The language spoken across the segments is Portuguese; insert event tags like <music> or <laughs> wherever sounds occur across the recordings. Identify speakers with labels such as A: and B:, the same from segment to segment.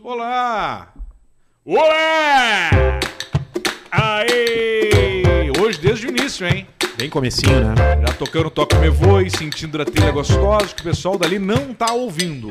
A: Olá! Olá! Aê! Hoje desde o início, hein?
B: Bem comecinho, né?
A: Já tocando Toca Me Voe, sentindo a trilha gostosa que o pessoal dali não tá ouvindo.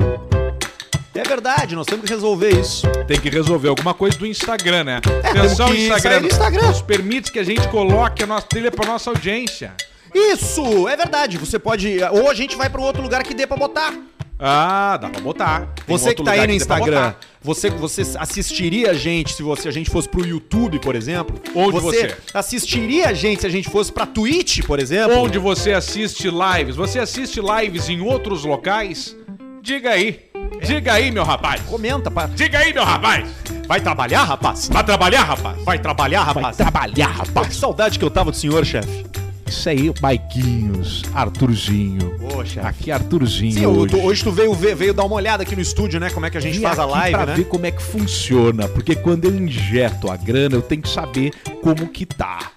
B: É verdade, nós temos que resolver isso.
A: Tem que resolver alguma coisa do Instagram, né? Atenção,
B: temos É, que
A: Instagram.
B: sair do Instagram.
A: Nos permite que a gente coloque a nossa trilha pra nossa audiência.
B: Isso, é verdade. Você pode. Ou a gente vai pra um outro lugar que dê pra botar.
A: Ah, dá pra botar. Tem
B: você que
A: outro
B: tá
A: lugar
B: aí no
A: dê pra
B: Instagram,
A: botar.
B: você, você assistiria a gente se você, a gente fosse pro YouTube, por exemplo?
A: Onde
B: você,
A: você?
B: assistiria a gente se a gente fosse pra Twitch, por exemplo?
A: Onde você assiste lives? Você assiste lives em outros locais? Diga aí. Diga aí, meu rapaz.
B: Comenta, pá.
A: Diga aí, meu rapaz.
B: Vai trabalhar, rapaz?
A: Vai trabalhar, rapaz?
B: Vai trabalhar, rapaz?
A: trabalhar,
B: Pô, que saudade que eu tava do senhor, chefe.
A: Isso aí, Maiquinhos, Arthurzinho.
B: Poxa.
A: Aqui, Arthurzinho.
B: Sim, Tá hoje. Tu, hoje tu veio, ver- veio dar uma olhada aqui no estúdio, né? Como é que a gente
A: Vim
B: faz a
A: aqui
B: live,
A: pra
B: né?
A: ver como é que funciona, porque quando eu injeto a grana, eu tenho que saber como que tá.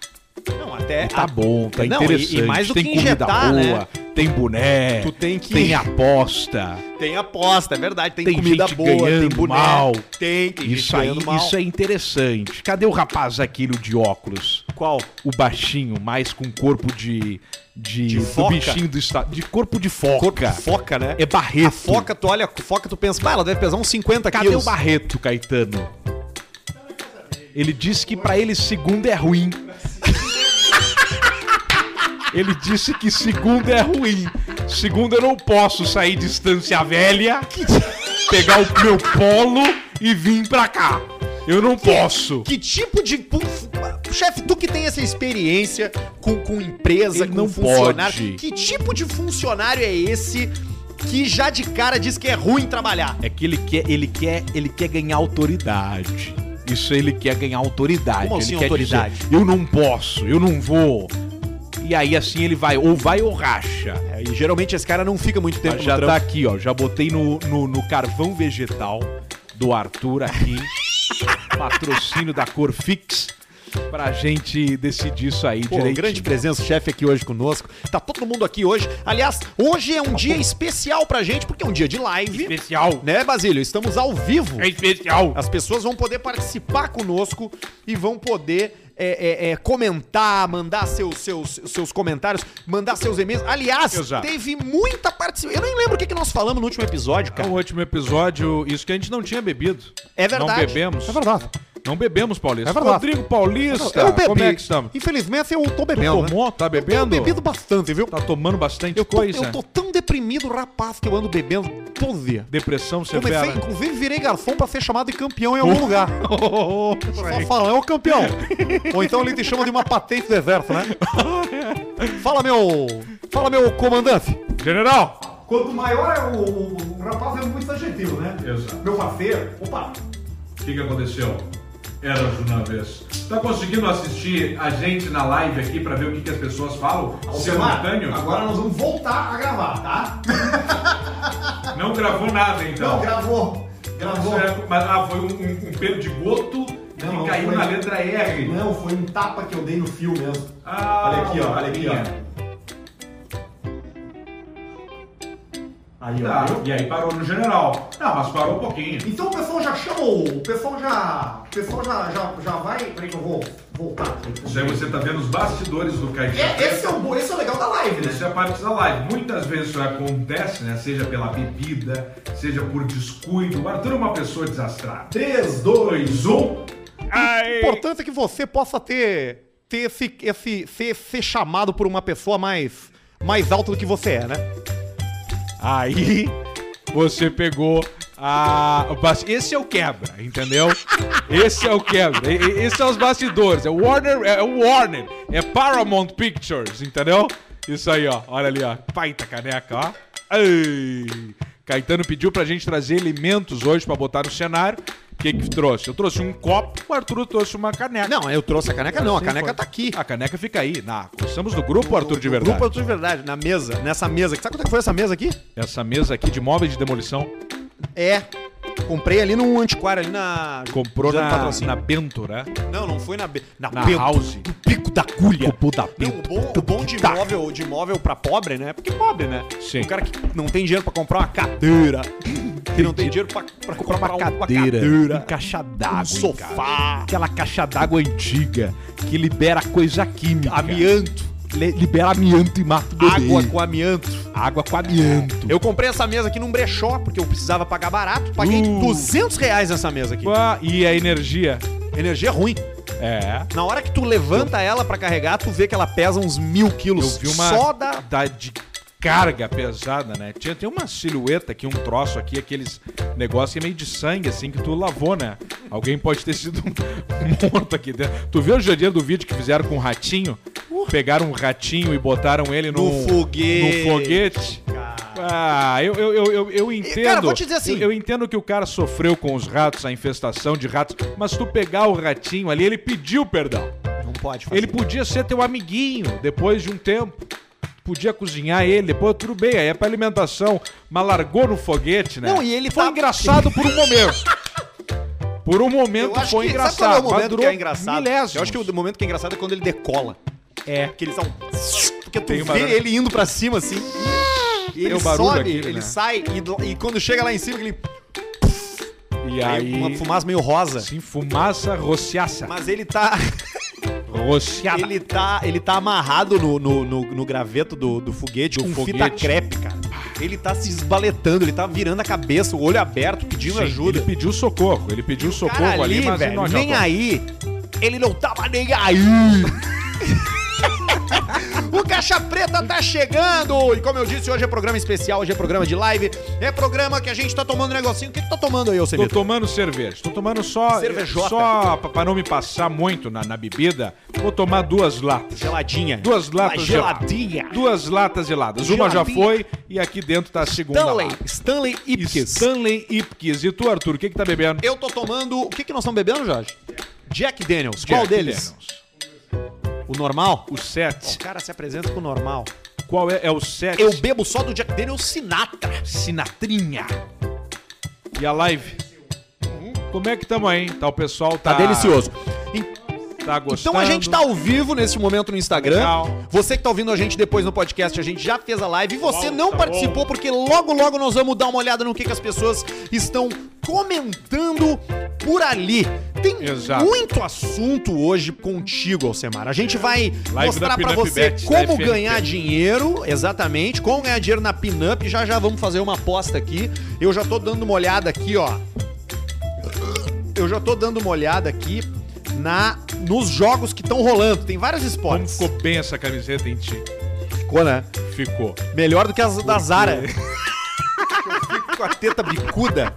B: Não, até.
A: Tá bom, tá
B: Ah, Não, e-
A: interessante.
B: e mais do
A: tem
B: que
A: comida
B: injetar, né?
A: boa, tem boné,
B: Tu tem que-
A: tem aposta.
B: Tem aposta, é verdade. Tem,
A: Tem
B: comida
A: gente
B: boa, tem
A: ganhando
B: boné.
A: mal.
B: Tem, tem gente
A: Isso aí,
B: ganhando mal.
A: isso é interessante. Cadê o rapaz aquele de óculos?
B: Qual?
A: O baixinho, mais com corpo de. De,
B: De
A: do
B: foca?
A: bichinho do estado. De corpo de foca.
B: Corpo foca, né?
A: É barreto.
B: A foca, tu olha, a foca, tu pensa, pá, ela deve pesar uns 50
A: Cadê
B: quilos.
A: o Barreto, Caetano? Ele disse que pra ele segunda é ruim. <laughs> Ele disse que segunda é ruim. Segunda eu não posso sair de Estância Velha, pegar o meu polo e vir pra cá. Eu não posso.
B: Que tipo de. puf- Chefe, tu que tem essa experiência com, com empresa,
A: Ele
B: com
A: não
B: funcionário.
A: pode.
B: Que tipo de funcionário é esse que já de cara diz que é ruim trabalhar?
A: É que ele quer, ele quer, ele quer ganhar autoridade. Isso ele quer ganhar autoridade.
B: Como
A: ele
B: assim
A: quer
B: autoridade?
A: dizer, eu não posso, eu não vou. E aí assim ele vai, ou vai ou racha.
B: É, e geralmente esse cara não fica muito tempo
A: Mas
B: no
A: já tá
B: trampo.
A: aqui, ó. Já botei no, no, no carvão vegetal do Arthur <laughs> aqui. patrocínio da Corfix. Pra gente decidir isso aí
B: Pô,
A: direitinho.
B: grande presença, o chefe aqui hoje conosco. Tá todo mundo aqui hoje. Aliás, hoje é um dia especial pra gente, porque é um dia de live.
A: Tá Especial.
B: Né, Basílio? Estamos ao vivo.
A: É especial.
B: As pessoas vão poder participar conosco e vão poder é, é, é, comentar, mandar seus, seus, seus comentários, mandar seus e-mails. Aliás,
A: Exato.
B: teve muita participação. Eu nem lembro o que, que nós falamos no último episódio,
A: É
B: cara.
A: o último episódio, isso que a gente não tinha bebido.
B: É verdade.
A: Não bebemos.
B: É verdade.
A: Não bebemos, Paulista.
B: É verdade.
A: Rodrigo Paulista, como é que estamos?
B: Infelizmente, eu tô
A: Tu
B: bebendo. né?
A: tomou? Tá
B: Eu tenho
A: bebendo?
B: bebido bastante, viu?
A: Tá tomando bastante
B: Eu tô,
A: coisa?
B: eu tô tão deprimido, rapaz, que eu ando bebendo todo dia.
A: Depressão severa.
B: Comecei, inclusive, virei garçom pra ser chamado de campeão <laughs> em algum lugar. Só fala, é o campeão. Ou então ele te chama de uma patente do exército, né? Fala, meu. Fala, meu comandante.
A: General!
C: Quanto maior é o, o- o rapaz é muito adjetivo, né?
A: Exato.
C: Meu parceiro, opa,
A: O que, que aconteceu? Era de uma vez. Tá conseguindo assistir a gente na live aqui pra ver o que, que as pessoas falam?
C: Alcemar,
A: Simultâneo?
C: agora nós vamos voltar a gravar, tá?
A: Não gravou nada então.
C: Não, gravou, gravou.
A: Será- Mas ah, foi um, um, um pelo de goto que
C: Não, não
A: caiu
C: foi.
A: na letra R.
C: Não, foi um tapa que eu dei no fio mesmo.
A: Ah,
C: olha aqui, ó, olha aqui, ó.
A: minha.
C: Aí, ó,
A: Tá,
C: viu?
A: e aí parou no general. Não, mas parou um pouquinho.
C: Então o pessoal já chamou, o pessoal já, o pessoal já, já, já vai... Peraí que eu vou voltar.
A: Isso aí você tá vendo os bastidores do Caixão.
C: É, esse, é o, bo- esse é o legal da live, né?
A: Isso é a parte da live. Muitas vezes isso acontece, né? Seja pela bebida, seja por descuido. O Arthur é uma pessoa desastrada. um.
C: 3, 2, 1...
B: O importante é que você possa ter. ter esse. esse ser, ser chamado por uma pessoa mais. mais alta do que você é, né?
A: Aí você pegou a. o bas- Esse é o quebra, entendeu? Esse é o quebra. E- e- Esses são os bastidores. É Warner, é o Warner, é Paramount Pictures, entendeu? Isso aí, ó. Olha ali, ó. Paita caneca, ó. Ai. Caetano pediu pra gente trazer alimentos hoje pra botar no cenário. que que trouxe? Eu trouxe um copo, o Arthur trouxe uma caneca.
B: Não, eu trouxe a caneca, não. A caneca tá aqui.
A: A caneca fica aí. Na, estamos no grupo Arthur de
B: No
A: Verdade.
B: Grupo Arthur de Verdade, na mesa, nessa mesa. Sabe quanto é que foi essa mesa aqui?
A: Essa mesa aqui de móveis de demolição,
B: É. Comprei ali num antiquário, ali na.
A: comprou
B: José do
A: na,
B: Patrocínio.
A: na Bento, né?
B: Não, não foi na. Be- Na,
A: Na
B: Bento,
A: House.
B: No pico da agulha.
A: No pico da
B: Não, o bom, o bom de imóvel, de imóvel pra pobre, né? Porque pobre, né?
A: Sim.
B: O cara que não tem dinheiro pra comprar uma cadeira. que não tem dinheiro pra, pra comprar uma cadeira.
A: um caixa
B: um
A: d'água, hein, cara?
B: sofá.
A: Aquela caixa d'água antiga que libera coisa química.
B: Amianto.
A: Le- libera amianto e mata o bebê.
B: Água com amianto.
A: Água com amianto.
B: Eu comprei essa mesa aqui num brechó, porque eu precisava pagar barato. Paguei
A: Uh.
B: 200 reais nessa mesa aqui.
A: Ah, E a energia?
B: Energia ruim.
A: É.
B: Na hora que tu levanta ela pra carregar, tu vê que ela pesa uns mil
A: Eu
B: quilos.
A: vi uma
B: Só da...
A: da- de carga pesada, né? Tinha tem uma silhueta aqui, um troço aqui, aqueles negócio que é meio de sangue assim que tu lavou, né? Alguém pode ter sido <laughs> um morto aqui dentro. Tu viu o jardim do vídeo que fizeram com um ratinho? Pegaram um ratinho e botaram ele
B: Uh. No
A: num-
B: foguete.
A: No foguete. Ah, eu, eu, eu, eu, eu entendo.
B: Cara, vou te dizer assim.
A: Eu, eu entendo que o cara sofreu com os ratos, a infestação de ratos, mas tu pegar o ratinho ali, ele pediu perdão.
B: Não pode fazer.
A: Ele podia ser teu amiguinho depois de um tempo. Podia cozinhar ele, depois tudo bem, aí é pra alimentação, mas largou no foguete, né?
B: Não, e ele
A: foi
B: tá-
A: engraçado por um momento. Por um
B: Eu
A: momento
B: acho
A: foi
B: que, sabe
A: engraçado.
B: qual é o
A: mas
B: momento que
A: durou
B: é engraçado?
A: milésimos.
B: Eu acho que o momento que é engraçado é quando ele decola.
A: É.
B: Que eles dão. Porque tu
A: Tem um
B: vê
A: barulho.
B: ele indo pra cima assim. E
A: Tem
B: ele
A: um barulho
B: sobe,
A: aquele,
B: ele
A: né?
B: sai e, do- e quando chega lá em cima, ele.
A: E
B: Aí...
A: aí.
B: Uma fumaça meio rosa.
A: Sim, fumaça rociaça.
B: Mas ele tá.
A: Rociada.
B: Ele tá, ele tá amarrado no, no, no, no graveto do, do foguete
A: Do
B: com fita
A: foguete.
B: crepe, cara. Ele tá se esbaletando, ele tá virando a cabeça, o olho aberto, pedindo
A: Sim,
B: ajuda.
A: Ele pediu socorro. Ele pediu socorro
B: Cara,
A: ali,
B: ali,
A: mas
B: velho,
A: não adiantou.
B: nem aí, ele não tava nem aí. <laughs> o Caixa Preta tá chegando! E como eu disse, hoje é programa especial, hoje é programa de live, é programa que a gente tá tomando negocinho. O que, que tá tomando aí, ô
A: Tô
B: Sevito?
A: tomando cerveja. Tô tomando só.
B: Cervejota.
A: Só pra- pra não me passar muito na, na bebida, vou tomar duas latas.
B: Geladinha.
A: Duas latas
B: Uma
A: geladas.
B: geladinha.
A: Duas latas geladas. Uma já
B: Geladinha.
A: foi e aqui dentro tá a segunda.
B: Stanley,
A: lata.
B: Stanley Ipkiss.
A: Stanley Ipkiss. E tu, Arthur, o que que tá bebendo?
B: Eu tô tomando. O que, que nós estamos bebendo, Jorge? Jack Daniels. Qual
A: Jack
B: deles?
A: Daniels.
B: O normal?
A: O
B: O
A: 7.
B: cara se apresenta com o normal.
A: Qual é? É o 7.
B: Eu bebo só do Jack Daniels Sinatra.
A: Sinatrinha. E a live? Como é que tamo aí? hein? Tá o pessoal tá...
B: Tá delicioso. En-
A: Tá gostando.
B: Então a gente tá ao vivo nesse momento no Instagram.
A: Legal.
B: Você que tá ouvindo a gente depois no podcast, a gente já fez a live. E você
A: Bom,
B: não
A: tá
B: participou, porque logo, logo nós vamos dar uma olhada no que, que as pessoas estão comentando por ali. Tem
A: Exato. É.
B: muito assunto hoje contigo, Alcemar. A gente vai
A: Live da
B: mostrar pra
A: Pinup
B: você
A: Bet, da
B: como
A: FNP.
B: ganhar dinheiro, exatamente, como ganhar dinheiro na Pinup. Já já vamos fazer uma aposta aqui. Eu já tô dando uma olhada aqui, ó. Eu já tô dando uma olhada aqui na nos jogos que estão rolando. Tem vários
A: Como
B: esportes.
A: ficou bem essa camiseta em ti?
B: Ficou, né?
A: Ficou.
B: Melhor do que as da Zara. eu fico com a teta bicuda.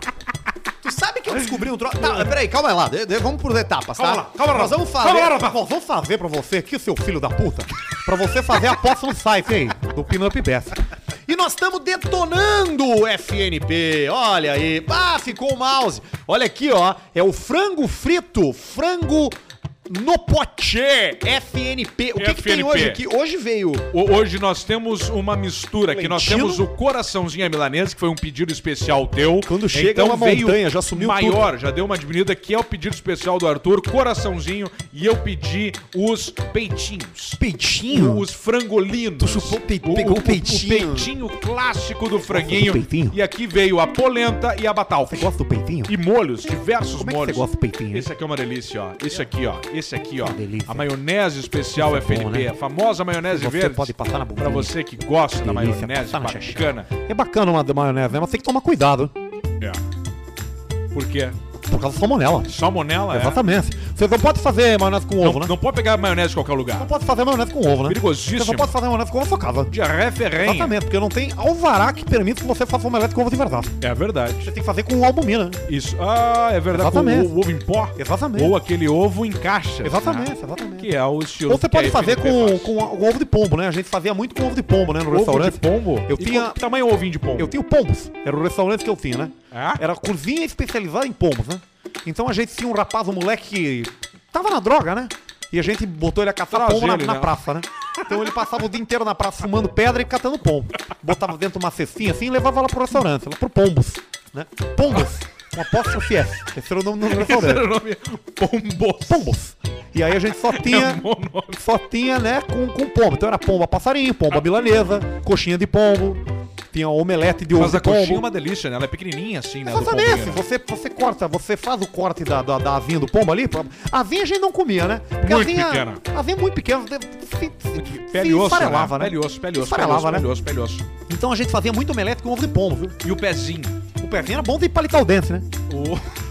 B: Tu sabe que eu descobri um troço. Tá, peraí, calma lá. de- de- vamos por etapas, tá?
A: Calma lá, calma lá.
B: Nós vamos fazer.
A: Calma lá, Rafa.
B: Bom, vamos fazer pra você aqui, seu filho da puta. Pra você fazer a aposta no site aí, do Pinup Best. E nós estamos detonando o FNP. Olha aí. Ah, ficou o mouse. Olha aqui, ó. É o frango frito. Frango no pote. FNP. O que, que tem
A: FNP?
B: hoje aqui? Hoje veio.
A: O- Hoje nós temos uma mistura que nós
B: Lentino?
A: temos o coraçãozinho milanês, que foi um pedido especial teu. Então
B: Quando chega é uma
A: veio
B: montanha, já sumiu
A: maior, já deu uma diminuída, que é o pedido especial do Arthur, coraçãozinho, e eu pedi os peitinhos.
B: Peitinho?
A: Os frangolinos.
B: Tu chupou o pei- pegou o peitinho.
A: O peitinho clássico do franguinho.
B: do peitinho?
A: E aqui veio a polenta e a batalha.
B: gosta do peitinho?
A: E molhos, diversos
B: Como é que
A: molhos.
B: você gosta do peitinho, hein?
A: Esse aqui é uma delícia, ó. Esse aqui, ó. Esse aqui, ó.
B: Que delícia.
A: A maionese especial
B: Isso é
A: FNP.
B: bom, né?
A: A famosa maionese
B: Você
A: verde.
B: pode passar na
A: Pra
B: bundinha.
A: você que gosta da
B: Delícia,
A: maionese
B: passar na xixi.
A: bacana.
B: É bacana uma de maionese, né? mas tem que tomar cuidado
A: É. Por quê?
B: por causa da salmonela.
A: Salmonela, é?
B: Exatamente. Vocês não podem fazer maionese com ovo,
A: Não,
B: né?
A: não pode pegar maionese em qualquer
B: Não
A: lugar.
B: pode fazer maionese com ovo, né?
A: Perigosíssimo.
B: Você não pode fazer maionese com ovo na sua casa.
A: Diarreia ferrenha.
B: Exatamente, porque não tem alvará que permita que você faça maionese com ovo de verdade.
A: É verdade.
B: Você tem que fazer com albumina. né?
A: Isso. Ah, é verdade. Com
B: Exatamente.
A: o ovo em pó.
B: Exatamente.
A: Ou aquele ovo em caixa.
B: Exatamente, exatamente.
A: Que é o estilo
B: Ou você
A: que a
B: pode fazer
A: FNP
B: com,
A: faz.
B: com a- o ovo de pombo, né? A gente fazia muito com ovo de pombo, né? No
A: Ovo
B: restaurante.
A: de pombo?
B: Eu
A: E
B: tinha-
A: qual- Que tamanho é o ovinho de pombo?
B: Eu tenho pombos. Era o restaurante que eu tinha, né?
A: Ah.
B: Era cozinha especializada em pombos, né? Então a gente tinha um rapaz, um moleque que tava na droga, né? E a gente botou ele a caçar
A: Trazia
B: pombo na,
A: ele,
B: na
A: né?
B: praça, né? Então ele passava o dia inteiro na praça fumando pedra e catando pombo. Botava dentro de uma cestinha assim e levava lá pro restaurante, lá pro Pombos, né? Pombos, com apóstrofe S. Esse era o nome do restaurante.
A: Era o nome Pombo.
B: pombos. E aí a gente só tinha.
A: um bom nome.
B: só tinha, né, com, com pombo. Então era pomba passarinho, pomba milanesa, coxinha de pombo, tinha omelete de ovo
A: Mas
B: de
A: a coxinha é
B: pombo.
A: uma delícia, né? Ela é pequenininha assim, né? do
B: Exatamente,
A: pombinho, né?
B: você, você corta, você faz o corte da, da, da asinha do pombo ali. pra- A asinha a gente não comia, né? Porque a
A: Muito
B: asinha,
A: pequena.
B: A asinha é muito pequena, se, se,
A: Pele
B: se
A: e osso,
B: esfarelava, né?
A: Pele e osso, pele e osso.
B: Esfarelava, né?
A: pele e osso, pele e osso.
B: Então a gente fazia muito omelete com ovo de pombo, viu?
A: E o pezinho?
B: O pezinho era bom de palital dente, né?
A: O...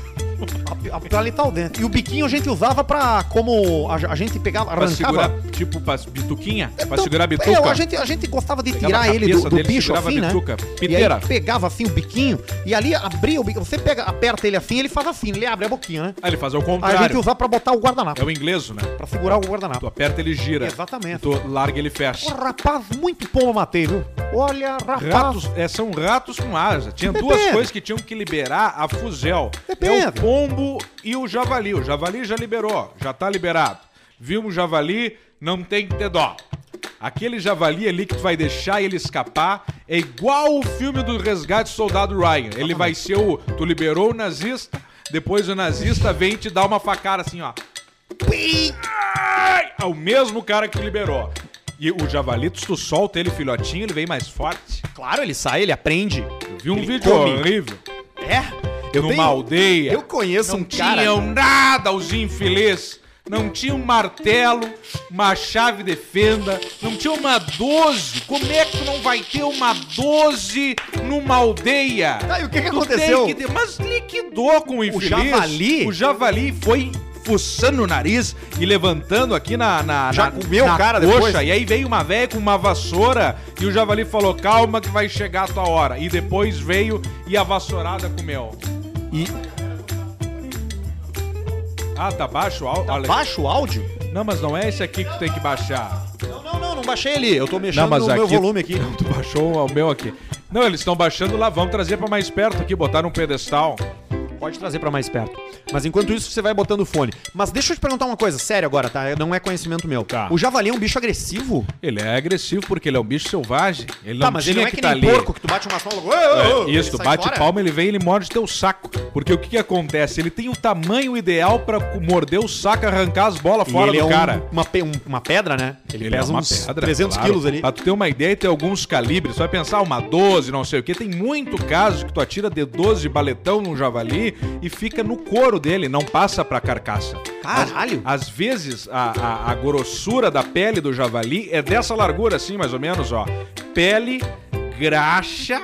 B: A, a palital dente. E o biquinho a gente usava pra, como a, a gente pegava,
A: Pra
B: arrancava...
A: segurar, tipo, pra bituquinha? pra
B: Então,
A: segurar a bituca?
B: é, a, gente, a gente gostava de
A: Pegava
B: tirar
A: a
B: ele do,
A: cabeça
B: do
A: dele,
B: bicho
A: segurava
B: assim,
A: a
B: né?
A: bituca.
B: E aí
A: Piteira.
B: pegava assim o biquinho e ali abria o biquinho. Você pega, aperta ele assim, ele faz assim, ele abre a boquinha, né?
A: Ah, ele faz ao
B: Aí a gente
A: contrário.
B: usava pra botar o guardanapo,
A: É o inglês, né?
B: pra segurar o
A: Tu
B: guardanapo.
A: aperta, ele gira.
B: Exatamente.
A: E Tu larga, ele fecha.
B: Ô, rapaz, muito pomba matei, viu? Olha, rapaz.
A: Ratos, é, são ratos com asa. Tinha duas
B: Depende.
A: coisas que tinham que liberar a fuzel. É o
B: Depende.
A: pombo e o javali. O javali já liberou, já tá liberado. Vimos o javali, não tem que ter dó. Aquele javali ali que tu vai deixar ele escapar é igual o filme do resgate do soldado Ryan. Ele vai ser o. Tu liberou o nazista, depois o nazista vem e te dar uma facada assim, ó.
B: Pi!
A: Ai! É o mesmo cara que tu liberou. E o javali, tu solta ele filhotinho, ele vem mais forte.
B: Claro, ele sai, ele aprende.
A: Vi um
B: Ele
A: vídeo
B: come.
A: horrível.
B: É?
A: Eu numa aldeia.
B: Eu conheço
A: não
B: um cara.
A: tinham nada os infelizes. Não tinha um martelo, uma chave de fenda, não tinha uma 12. Como é que tu não vai ter uma 12 numa aldeia?
B: Tá, e o que que
A: Tu
B: aconteceu?
A: tem que ter- Mas liquidou com o infeliz.
B: javali?
A: O javali foi fuçando o nariz e levantando aqui na, na,
B: Já
A: na-
B: comeu o
A: na
B: cara
A: coxa.
B: depois?
A: E aí veio uma velha com uma vassoura e o javali falou, calma que vai chegar a tua hora. E depois veio e a vassourada comeu.
B: E
A: Ah, tá baixo? Al Ale-
B: baixa o áudio?
A: Não, mas não é esse aqui que tu tem que baixar.
B: Não, não, não, não baixei ele. Eu tô mexendo
A: não, mas
B: no meu volume aqui.
A: Não, <laughs> tu baixou o meu aqui. Não, eles estão baixando lá, vamos trazer pra mais perto aqui, botar num pedestal.
B: Pode trazer pra mais perto. Mas enquanto isso, você vai botando o fone. Mas deixa eu te perguntar uma coisa, sério agora, tá? Não é conhecimento meu.
A: Tá.
B: O javali é um bicho agressivo?
A: Ele é agressivo porque ele é um bicho selvagem. Ele não
B: tá, mas ele não
A: tinha
B: é
A: que
B: que
A: tá
B: nem
A: ali.
B: porco que tu bate uma sola logo. "Ô, ô, ô",
A: É, isso,
B: ele
A: tu
B: sai
A: bate
B: fora.
A: palma, ele vem e ele morde teu saco. Porque o que, que acontece? Ele tem o tamanho ideal pra co- morder o saco e arrancar as bolas
B: E
A: fora
B: ele
A: do
B: é um-
A: cara.
B: uma, pe- um- uma pedra, né? Ele,
A: é
B: pesa
A: uma
B: uns
A: pedra,
B: 300
A: claro. Tá-
B: quilos ali.
A: Pra tu ter uma ideia, tem alguns calibres. Tu vai pensar uma 12, não sei o quê. Tem muito caso que tu atira de 12 baletão num javali e fica no couro dele, não passa pra carcaça.
B: Caralho!
A: Às vezes, a, a- a grossura da pele do javali é dessa largura, assim, mais ou menos, ó. Pele, graxa,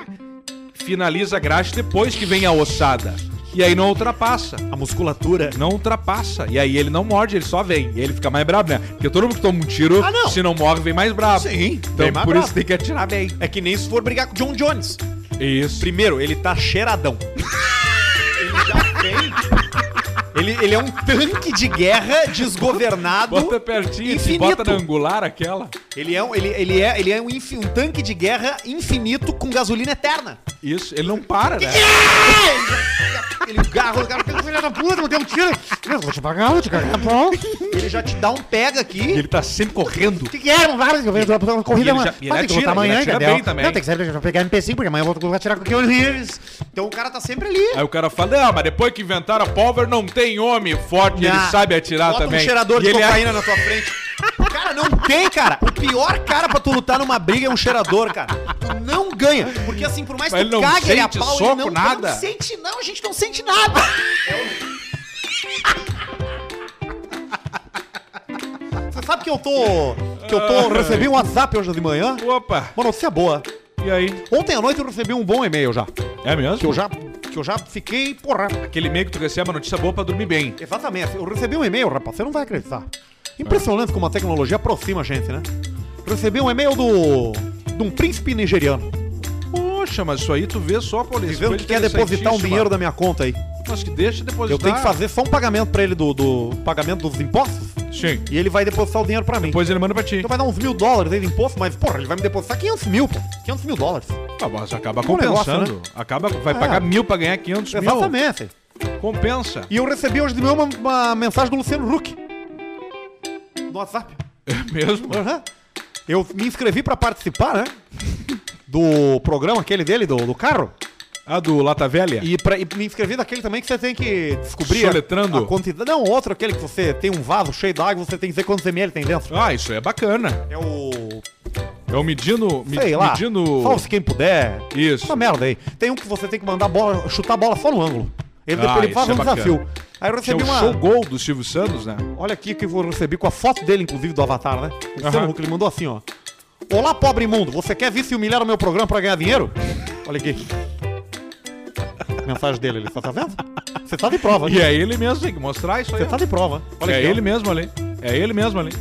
A: finaliza a graxa depois que vem a ossada. E aí não ultrapassa.
B: A musculatura.
A: Não ultrapassa. E aí ele não morde, ele só vem. E ele fica mais brabo, né? Porque todo mundo que toma um tiro,
B: Ah, não.
A: se não morre, vem mais brabo.
B: Sim,
A: Então
B: vem mais
A: por
B: brabo.
A: isso tem que atirar bem.
B: É que nem se for brigar com o John Jones.
A: Isso.
B: Primeiro, ele
A: <laughs>
B: tá cheiradão. ele já tem. Ele, ele é um tanque de guerra desgovernado.
A: Bota pertinho, se
B: infinito.
A: bota na angular aquela.
B: Ele é, um- ele, ele é, ele é um, infi- um tanque de guerra infinito com gasolina eterna.
A: Isso, ele não para, né?
B: Ele garra o cara, filho da puta, me deu um tiro. Eu vou te pagar, vou te cagar, tá bom. Ele já te dá um pega
A: E
B: aqui.
A: ele tá sempre correndo.
D: Que que era? Vários que eu vejo uma corrida,
A: ele
D: mas
A: já-
D: mas
A: e ele
D: tem que
A: atira,
D: voltar
A: ele
D: amanhã,
A: atira
D: entendeu?
A: bem também.
D: Não, tem que saber, eu vou pegar MP5, porque amanhã eu vou, vou atirar com o Keanu Reeves.
B: Então o cara tá sempre ali.
A: Aí o cara fala, não, mas depois que inventaram a pólvora, não tem homem forte, ele
B: Ah,
A: sabe atirar
B: bota
A: também.
B: um cheirador
A: E
B: de
A: ele é
B: cocaína na tua frente. Cara, não tem, cara. O pior cara pra tu lutar numa briga é um cheirador, cara. Tu não ganha. Porque assim, por mais que
A: Mas ele não
B: tu cague ele a
A: sente
B: pau,
A: soco,
B: ele não,
A: nada.
B: não sente, não. A gente não sente nada. <laughs> Você sabe que eu tô... Que eu tô... Recebi um WhatsApp hoje de manhã.
A: Opa,
B: Uma notícia boa.
A: e aí?
B: Ontem à noite eu recebi um bom e-mail já.
A: É mesmo?
B: Que eu já... Que eu já fiquei, porra...
A: Aquele e-mail que tu recebe uma notícia boa pra dormir bem.
B: Exatamente. Eu recebi um e-mail, rapaz, você não vai acreditar. Impressionante como a tecnologia aproxima a gente, né? Recebi um e-mail do. de um príncipe nigeriano.
A: Poxa, mas isso aí tu vê só, Paulinho.
B: Dizendo
A: coisa
B: que quer depositar um
A: interessantíssima.
B: dinheiro da minha conta aí.
A: Mas que deixa depositar.
B: Eu tenho que fazer só um pagamento pra ele do, do pagamento dos impostos
A: Sim.
B: e ele vai depositar o dinheiro pra mim.
A: Depois ele manda pra ti.
B: Então vai dar uns mil dólares aí de imposto, mas, porra, ele vai me depositar 500 mil, pô. 500 mil dólares.
A: Ah, mas acaba
B: Bom é um negócio,
A: compensando. Acaba, vai
B: É.
A: pagar mil pra ganhar 500 mil.
B: Exatamente.
A: Compensa.
B: <laughs> E eu recebi hoje de manhã uma, uma mensagem do Luciano Huck. No WhatsApp.
A: É mesmo?
B: Aham. Eu me inscrevi pra participar, né? Do programa aquele dele, do, do carro.
A: A do Lata Velha?
B: E, pra, e me inscrevi daquele também que você tem que descobrir. a-
A: Soletrando?
B: A, quantidade. Não, outro aquele que você tem um vaso cheio d'água você tem que dizer quantos ml tem dentro.
A: Ah, isso é bacana.
B: É o.
A: É o medindo. me-
B: Sei lá.
A: Medindo.
B: Salve quem puder.
A: Isso.
B: Uma merda aí. Tem um que você tem que mandar bola, chutar a bola só no ângulo. Ele,
A: Ah,
B: ele
A: isso
B: faz
A: é
B: um
A: bacana.
B: desafio. Aí eu
A: Que é
B: recebi
A: o
B: uma.
A: show gol do Silvio Santos, né?
B: Olha aqui que eu recebi com a foto dele, inclusive, do Avatar, né? O Luciano
A: Aham.
B: Huck, ele mandou assim, ó. Olá, pobre mundo, você quer vir se humilhar no meu programa pra ganhar dinheiro? Olha aqui. <laughs> Mensagem dele, ele só tá vendo? Você tá de prova,
A: E é ele mesmo, tem que mostrar isso aí.
B: Você
A: ó.
B: tá de prova. Olha
A: é
B: aqui, ó.
A: ele mesmo ali. É ele mesmo ali.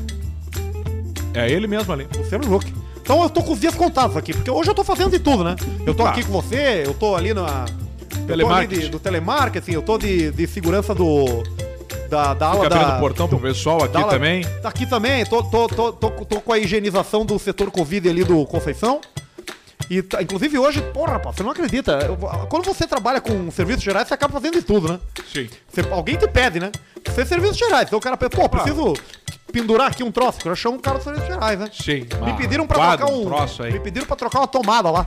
A: É ele mesmo ali.
B: Luciano Huck. Então eu tô com os dias contados aqui, porque hoje eu tô fazendo de tudo, né? Eu tô
A: Tá.
B: aqui com você, eu tô ali na. eu tô ali
A: Telemarketing.
B: de- do telemarketing, eu tô de, de segurança do. Da, da ala
A: Fica
B: da.
A: abrindo portão pro pessoal aqui
B: da ala-
A: também.
B: Tá Aqui também, tô, tô, tô, tô, tô com a higienização do setor Covid ali do Conceição. E, tá- inclusive hoje, porra, rapaz, você não acredita. eu vou- quando você trabalha com serviços gerais, você acaba fazendo de tudo, né?
A: Sim.
B: Você- alguém te pede, né? Você é serviços gerais. Então o cara pensa, pô, preciso pendurar aqui um troço. Eu chamo um cara dos serviços gerais, né?
A: Sim.
B: Me
A: Ah,
B: pediram pra
A: quadro,
B: trocar um.
A: troço aí.
B: Me pediram pra trocar uma tomada lá.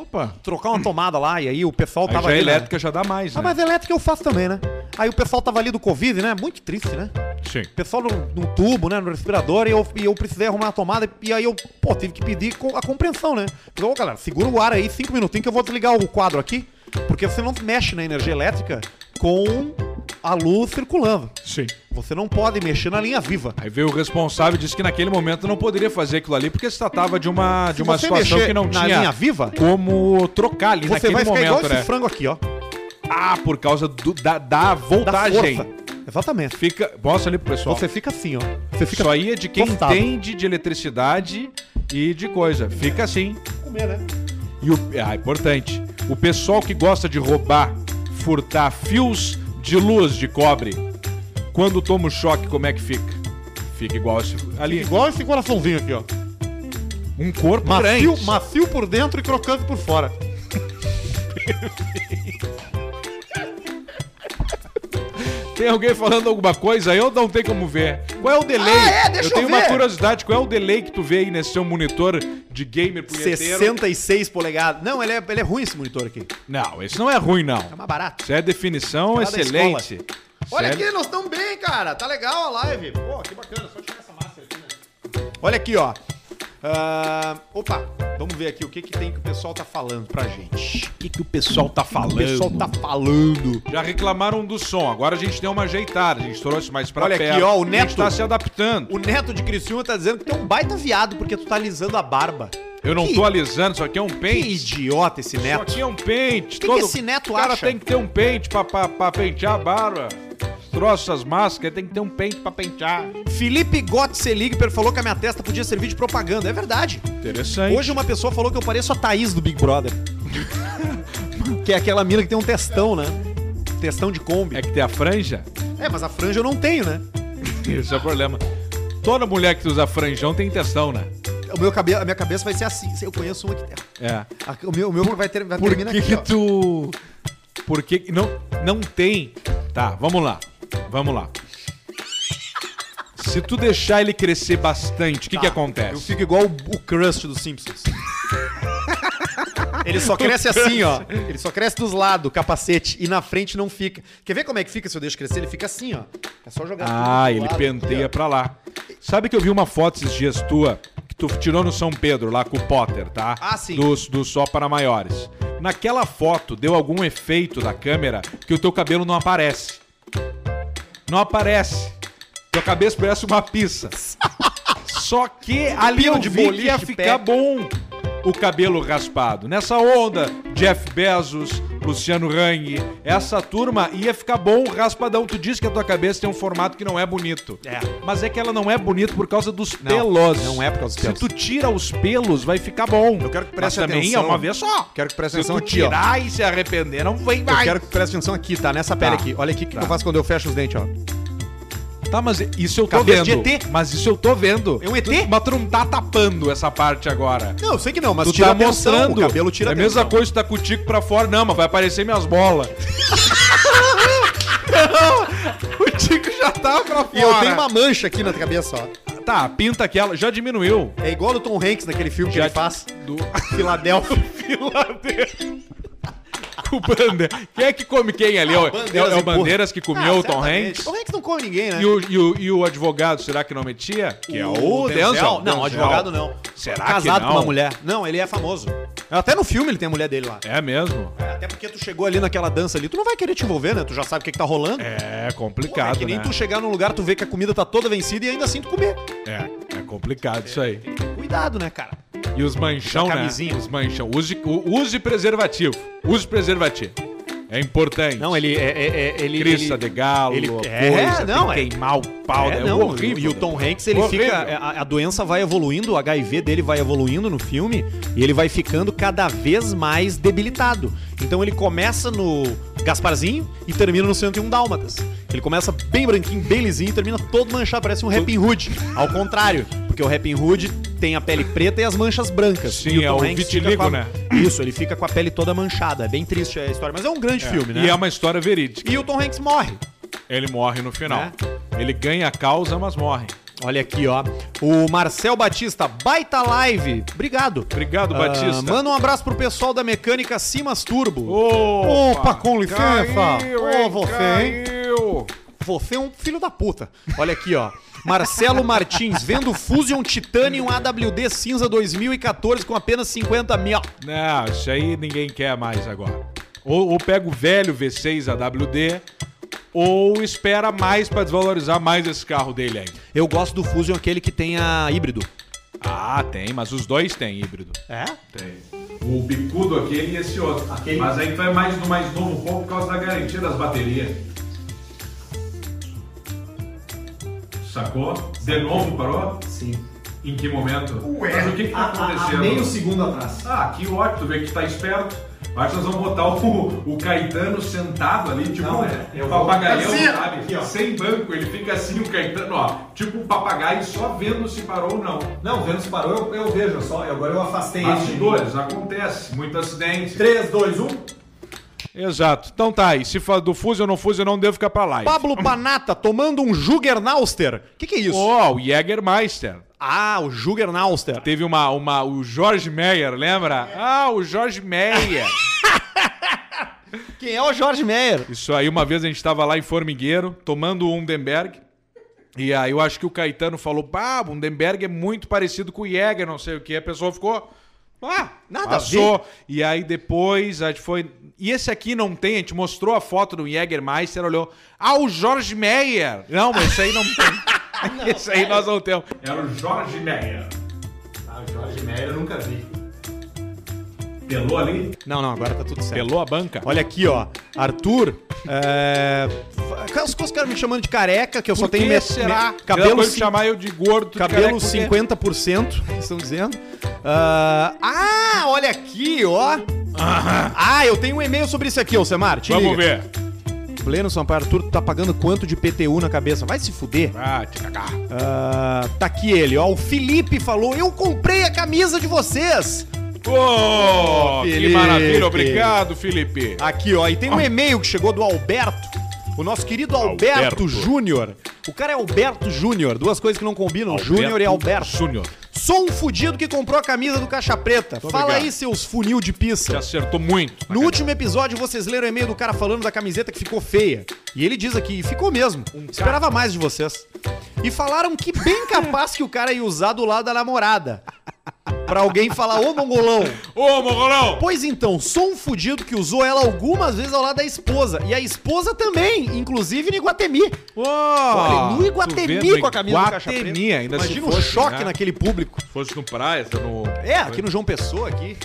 A: Opa.
B: Trocar uma tomada lá, e aí o pessoal
A: Aí já
B: tava
A: a
B: ali, né?
A: elétrica já dá mais, né?
B: Ah, mas elétrica eu faço também, né? Aí o pessoal tava ali do Covid, né? Muito triste, né?
A: Sim.
B: O pessoal no, no tubo, né? No respirador, e eu, e eu precisei arrumar a tomada, e aí eu, pô, tive que pedir co- a compreensão, né? Falei, ô galera, segura o ar aí cinco minutinhos que eu vou desligar o quadro aqui, porque você não mexe na energia elétrica com a luz circulando.
A: Sim.
B: Você não pode mexer na linha viva.
A: Aí veio o responsável e disse que naquele momento não poderia fazer aquilo ali porque se tratava de uma, de
B: Se
A: uma
B: você
A: situação
B: mexer
A: que não
B: na
A: tinha
B: linha viva,
A: como trocar ali
B: Você
A: naquele
B: vai ficar igual
A: momento,
B: esse
A: né?
B: frango aqui, ó.
A: Ah, por causa do- da, da
B: Da
A: voltagem.
B: força. Exatamente.
A: Fica, mostra ali pro pessoal.
B: Você fica assim, ó. Você fica
A: Isso aí é de quem
B: tostado.
A: entende de eletricidade e de coisa. Fica assim.
B: comer, né?
A: E o, ah, importante. O pessoal que gosta de roubar, furtar fios de luz de cobre, quando toma o choque, como é que fica? Fica igual esse, ali.
B: Igual esse coraçãozinho aqui, ó.
A: Um corpo
B: Macio,
A: grande.
B: macio por dentro e crocante por fora.
A: Tem alguém falando alguma coisa aí ou não tem como ver? Qual é o delay?
B: Ah, é? Deixa
A: eu tenho
B: eu
A: uma
B: ver.
A: curiosidade. Qual é o delay que tu vê aí nesse seu monitor de gamer punheteiro?
B: 66 polegadas. Não, ele é, ele é ruim esse monitor aqui.
A: Não, esse não é ruim, não.
B: É mais barato.
A: Isso é definição
B: Lá da
A: excelente.
B: Olha
A: Sério?
B: aqui, nós estamos bem, cara. Tá legal a live. Pô, que bacana. Só tirar essa massa aqui, né? Olha aqui, ó. Ah, opa, vamos ver aqui o que, que tem que o pessoal tá falando pra gente.
A: O que, que o pessoal tá
B: O pessoal tá falando.
A: Já reclamaram do som, agora a gente deu uma ajeitada, a gente trouxe mais pra
B: Olha aqui,
A: perto.
B: ó, o
A: A gente
B: Neto.
A: tá se adaptando.
B: O neto de Criciúma tá dizendo que tem um baita viado porque tu tá alisando a barba.
A: Eu não
B: que,
A: tô alisando, isso aqui é um
B: Que
A: pente.
B: idiota esse
A: Isso
B: neto.
A: aqui é um pente.
B: que esse neto
A: O cara
B: acha?
A: tem que ter um pente pra, pra, pra pentear a barba. Troço as máscaras, tem que ter um pente pra pentear.
B: Felipe Gottseligper falou que a minha testa podia servir de propaganda. É verdade.
A: Interessante.
B: Hoje uma pessoa falou que eu pareço a Thaís do Big
A: <laughs>
B: Brother. que é aquela mina que tem um testão, né? Testão de Kombi.
A: É que tem a franja?
B: É, mas a franja eu não tenho, né?
A: Esse é o problema. Toda mulher que usa franjão tem testão, né?
B: O meu cabelo, a minha cabeça vai ser assim. Eu conheço uma que tem.
A: É.
B: a- O meu, o meu vai, ter, vai
A: Por que
B: terminar aqui.
A: que
B: ó.
A: tu... Por que que não, não tem... Tá, vamos lá. Vamos lá. Se tu deixar ele crescer bastante, o que que
B: Tá.
A: acontece?
B: Eu fico igual o, o Crust dos Simpsons.
A: <laughs>
B: Ele só cresce assim, ó. Ele só cresce dos lados, capacete, e na frente não fica. Quer ver como é que fica se eu deixo crescer? Ele fica assim, ó. É só jogar tudo
A: Ah,
B: pro
A: ele
B: lado
A: penteia
B: aqui,
A: pra lá. Sabe que eu vi uma foto esses dias tua, que tu tirou no São Pedro, lá com o Potter, tá?
B: Ah, sim.
A: Do, do Só Para Maiores. Naquela foto, deu algum efeito da câmera que o teu cabelo não aparece. Não aparece. Tua cabeça parece uma
B: <laughs>
A: pizza. Só que ali
B: Pino
A: eu
B: Um de
A: vi que ia
B: boliche,
A: ficar
B: pé.
A: bom o cabelo raspado. Nessa onda, Jeff Bezos, Luciano Hang, essa turma ia ficar bom o raspadão. Tu disse que a tua cabeça tem um formato que não é bonito.
B: É.
A: Mas é que ela não é bonita por causa dos
B: Não,
A: pelos.
B: não é por causa dos pelos.
A: Se tu tira os pelos, vai ficar bom.
E: Eu quero que preste
A: Mas também
E: atenção.
A: é uma vez só.
E: Quero que preste
A: Se
E: atenção
A: tu
E: aqui, ó.
A: tirar e se arrepender, não vem
E: Eu
A: mais.
E: quero que preste atenção aqui, tá? Nessa pele
A: Tá.
E: aqui. Olha aqui o que,
A: Tá.
E: que eu faço quando eu fecho os dentes, ó.
A: Tá, mas isso eu tô
B: Cabeça
A: vendo.
B: de ET?
A: Mas isso eu tô vendo.
B: É um ET?
A: Tu- Mas tu não tá tapando essa parte agora.
E: Não, eu sei que não, mas
A: tu
E: tira
A: tá
E: atenção,
A: mostrando.
E: O cabelo tira
A: é
B: <laughs>
A: a mesma coisa tu tá com o tico pra fora. Não, mas vai aparecer minhas bolas. O Tico já tá pra fora.
B: E eu tenho uma mancha aqui na cabeça, ó.
A: Tá, pinta aquela. Já diminuiu.
B: É igual o Tom Hanks naquele filme que
A: Já <laughs>
B: ele faz.
A: Do...
B: Filadélfia.
A: o Bandeira. Quem é que come quem ali? É o- é o- é o Bandeiras que comeu o Tom
B: Ah, certamente.
A: Hanks?
B: Tom Hanks não come ninguém, né?
A: E o, e, o, e o advogado, será que não metia? Que é o Denzel.
B: Não,
A: Denzel.
B: advogado não.
A: Será
B: Casado
A: que não?
B: com uma mulher. Não, ele é famoso. Até no filme ele tem a mulher dele lá.
A: É mesmo?
B: Até porque tu chegou ali naquela dança ali, tu não vai querer te envolver, né? Tu já sabe o que, que tá rolando.
A: É
B: Pô, é
A: complicado,
B: que nem
A: né?
B: tu chegar num lugar, tu vê que a comida tá toda vencida e ainda assim tu comer.
A: É, é complicado isso aí.
B: Cuidado, né, cara?
A: E os manchão,
B: Da
A: né?
B: camisinha.
A: Os manchão. Use, u- use preservativo. Use preservativo. É importante.
B: Não, ele. É, é, é- ele
A: Crista
B: ele-
A: de galo,
B: ele-
A: coisa,
B: é, não,
A: tem
B: é.
A: que queimar o pau.
B: É,
A: né?
B: não,
A: horrível,
B: e o
A: né?
B: Tom Hanks, ele
A: Horrível.
B: fica. é, ah, A, a doença vai evoluindo, o HIV dele vai evoluindo no filme e ele vai ficando cada vez mais debilitado. Então ele começa no Gasparzinho e termina no 101 Dálmatas. Ele começa bem branquinho, bem lisinho e termina todo manchado, parece um Rapping Hood. Ao contrário, porque o Rapping Hood tem a pele preta e as manchas brancas.
A: Sim,
B: e
A: é o
B: fica
A: vitiligo,
B: com a-
A: né?
B: Isso, ele fica com a pele toda manchada. É bem triste a história, mas é um grande filme, né?
A: E é uma história verídica.
B: E o Tom Hanks morre.
A: Ele morre no final.
B: Né?
A: Ele ganha a causa, mas morre.
B: Olha aqui, ó. O Marcel Batista, baita live. Obrigado.
A: Obrigado,
B: Ah,
A: Batista.
B: manda um abraço pro pessoal da mecânica Simas Turbo.
A: Opa,
B: Opa, com licença.
A: Caiu,
B: Ô,
A: hein,
B: você, hein?
A: caiu.
B: Você é um filho da puta. Olha aqui, ó. Marcelo Martins, vendo Fusion Titanium AWD cinza 2014 com apenas 50 mil.
A: Não, isso aí ninguém quer mais agora. Ou, ou pega o velho V6 AWD, ou espera mais pra desvalorizar mais esse carro dele aí.
B: Eu gosto do Fusion, aquele que tem a híbrido.
A: Ah, tem, mas os dois têm híbrido.
B: É?
A: Tem. O bicudo aquele e esse outro. Mas aí tu é mais do mais novo pouco por causa da garantia das baterias. Sacou? De novo parou? Sim. Em que momento? Mas o que, que tá acontecendo?
C: meio segundo atrás.
A: Ah, que ótimo, tu vê que tu tá esperto. Acho que nós vamos botar o, o Caetano sentado ali, tipo
C: Não, é, eu
A: um
C: vou-
A: papagaião,
C: Assim, ó,
A: sabe?
C: aqui, ó.
A: Sem banco, ele fica assim, o Caetano, ó, tipo um papagaio só vendo se parou ou não.
C: Não, o Vênus parou, eu, eu vejo só. Agora eu afastei
A: Bastidores, acontece, muito acidente.
C: 3, 2, 1.
A: Exato. Então tá aí, se fala do fuso ou não fuso, eu não devo ficar pra live.
B: Pablo Panata tomando um Juggernauster. O que, que é isso?
A: Ó, o Jägermeister.
B: Ah, o Juggernauster.
A: Teve uma, uma, o Jorge Meyer, lembra? Ah, o Jorge Meyer.
B: Quem é o Jorge Meyer?
A: Isso aí, uma vez a gente tava lá em Formigueiro, tomando um Demberg. E aí eu acho que o Caetano falou, pá, o Demberg é muito parecido com o Jäger, não sei o que. A pessoa ficou, ah,
B: Nada a
A: nada passou. E aí depois a gente foi, e esse aqui não tem, a gente mostrou a foto do Jägermeister, olhou, ah, o Jorge Meyer. Não, esse aí não
B: <laughs>
A: tem. esse aí nós não temos.
C: Era o Jorge Meyer. Ah, o Jorge Meyer eu nunca vi. Pelou ali?
B: Não, não, agora tá tudo certo.
A: Pelou a banca.
B: Olha aqui, ó. Arthur. É... fa- Os os caras me chamando de careca, que eu só
A: Por
B: tenho
A: que
B: me-
A: será?
B: me-
A: Cabelo
B: Cabelo,
A: de
B: cin-
A: chamar eu de gordo. de careca,
B: cabelo
A: por quê?
B: 50%, <laughs> estão dizendo. Ah, ah, olha aqui, ó. Ah, eu tenho um e-mail sobre isso aqui, Alcemar. Te
A: Vamos
B: liga.
A: ver.
B: Pleno Sampaio, Arthur, tu tá pagando quanto de PTU na cabeça? Vai se fuder.
A: Ah, te cagar.
B: Ah, tá aqui ele, ó. O Felipe falou: Eu comprei a camisa de vocês.
A: Ô, que
B: Felipe.
A: maravilha, obrigado, Felipe.
B: Aqui, ó, e tem um e-mail que chegou do Alberto. O nosso querido Alberto,
A: Alberto.
B: Júnior. O cara é Alberto Júnior. Duas coisas que não combinam, Júnior e Alberto.
A: Júnior.
B: Sou um fudido que comprou a camisa do Caixa Preta. Fala
A: obrigado.
B: aí, seus funil de
A: Você
B: pizza.
A: acertou muito.
B: No último episódio, vocês leram o e-mail do cara falando da camiseta que ficou feia. E ele diz aqui, ficou mesmo. Esperava mais de vocês. E falaram que bem capaz que o cara ia usar do lado da namorada. Pra alguém falar, ô mongolão,
A: Ô, Mogolão!
B: Pois então, sou um fudido que usou ela algumas vezes ao lado da esposa. E a esposa também, inclusive no Iguatemi. Olha, no Iguatemi com a camisa do Caixa Preta.
A: Iguatemi, ainda se
B: Imagina o
A: fosse,
B: choque
A: né?
B: naquele público.
A: Se fosse no praia, tá no...
B: É, aqui no João Pessoa, aqui.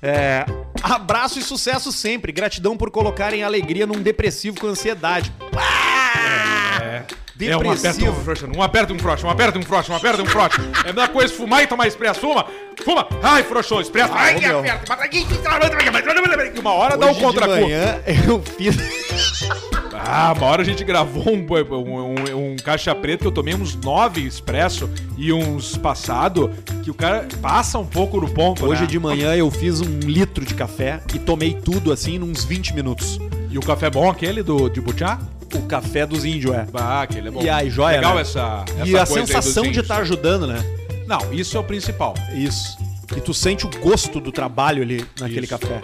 B: É, abraço e sucesso sempre. Gratidão por colocarem alegria num depressivo com ansiedade. Ah,
A: É. É, um aperta um
B: Depressivo.
A: frouxa, um aperta um frouxa, um aperta um frouxa, um aperta um frouxa. É a mesma coisa fumar e tomar expresso, uma, fuma, ai, frouxou, expresso, ai,
B: ô, meu.
A: aperta, uma hora dá um
B: É, Hoje de
A: contra
B: manhã eu fiz...
A: Ah, uma hora a gente gravou um, um- um- um caixa preta que eu tomei uns nove expresso e uns passado, que o cara passa um pouco no ponto,
B: Hoje
A: né?
B: de manhã eu fiz um litro de café e tomei tudo assim em uns 20 minutos.
A: E o café bom aquele é do, de butiá?
B: o café dos índios, é.
A: Bah, que ele é bom.
B: E aí, joia,
A: Legal
B: né?
A: essa, essa
B: E a
A: coisa aí
B: sensação
A: dos
B: de
A: índios.
B: estar ajudando, né?
A: tá- Não, isso é o principal.
B: Isso. E tu sente o gosto do trabalho ali naquele
A: Isso.
B: café.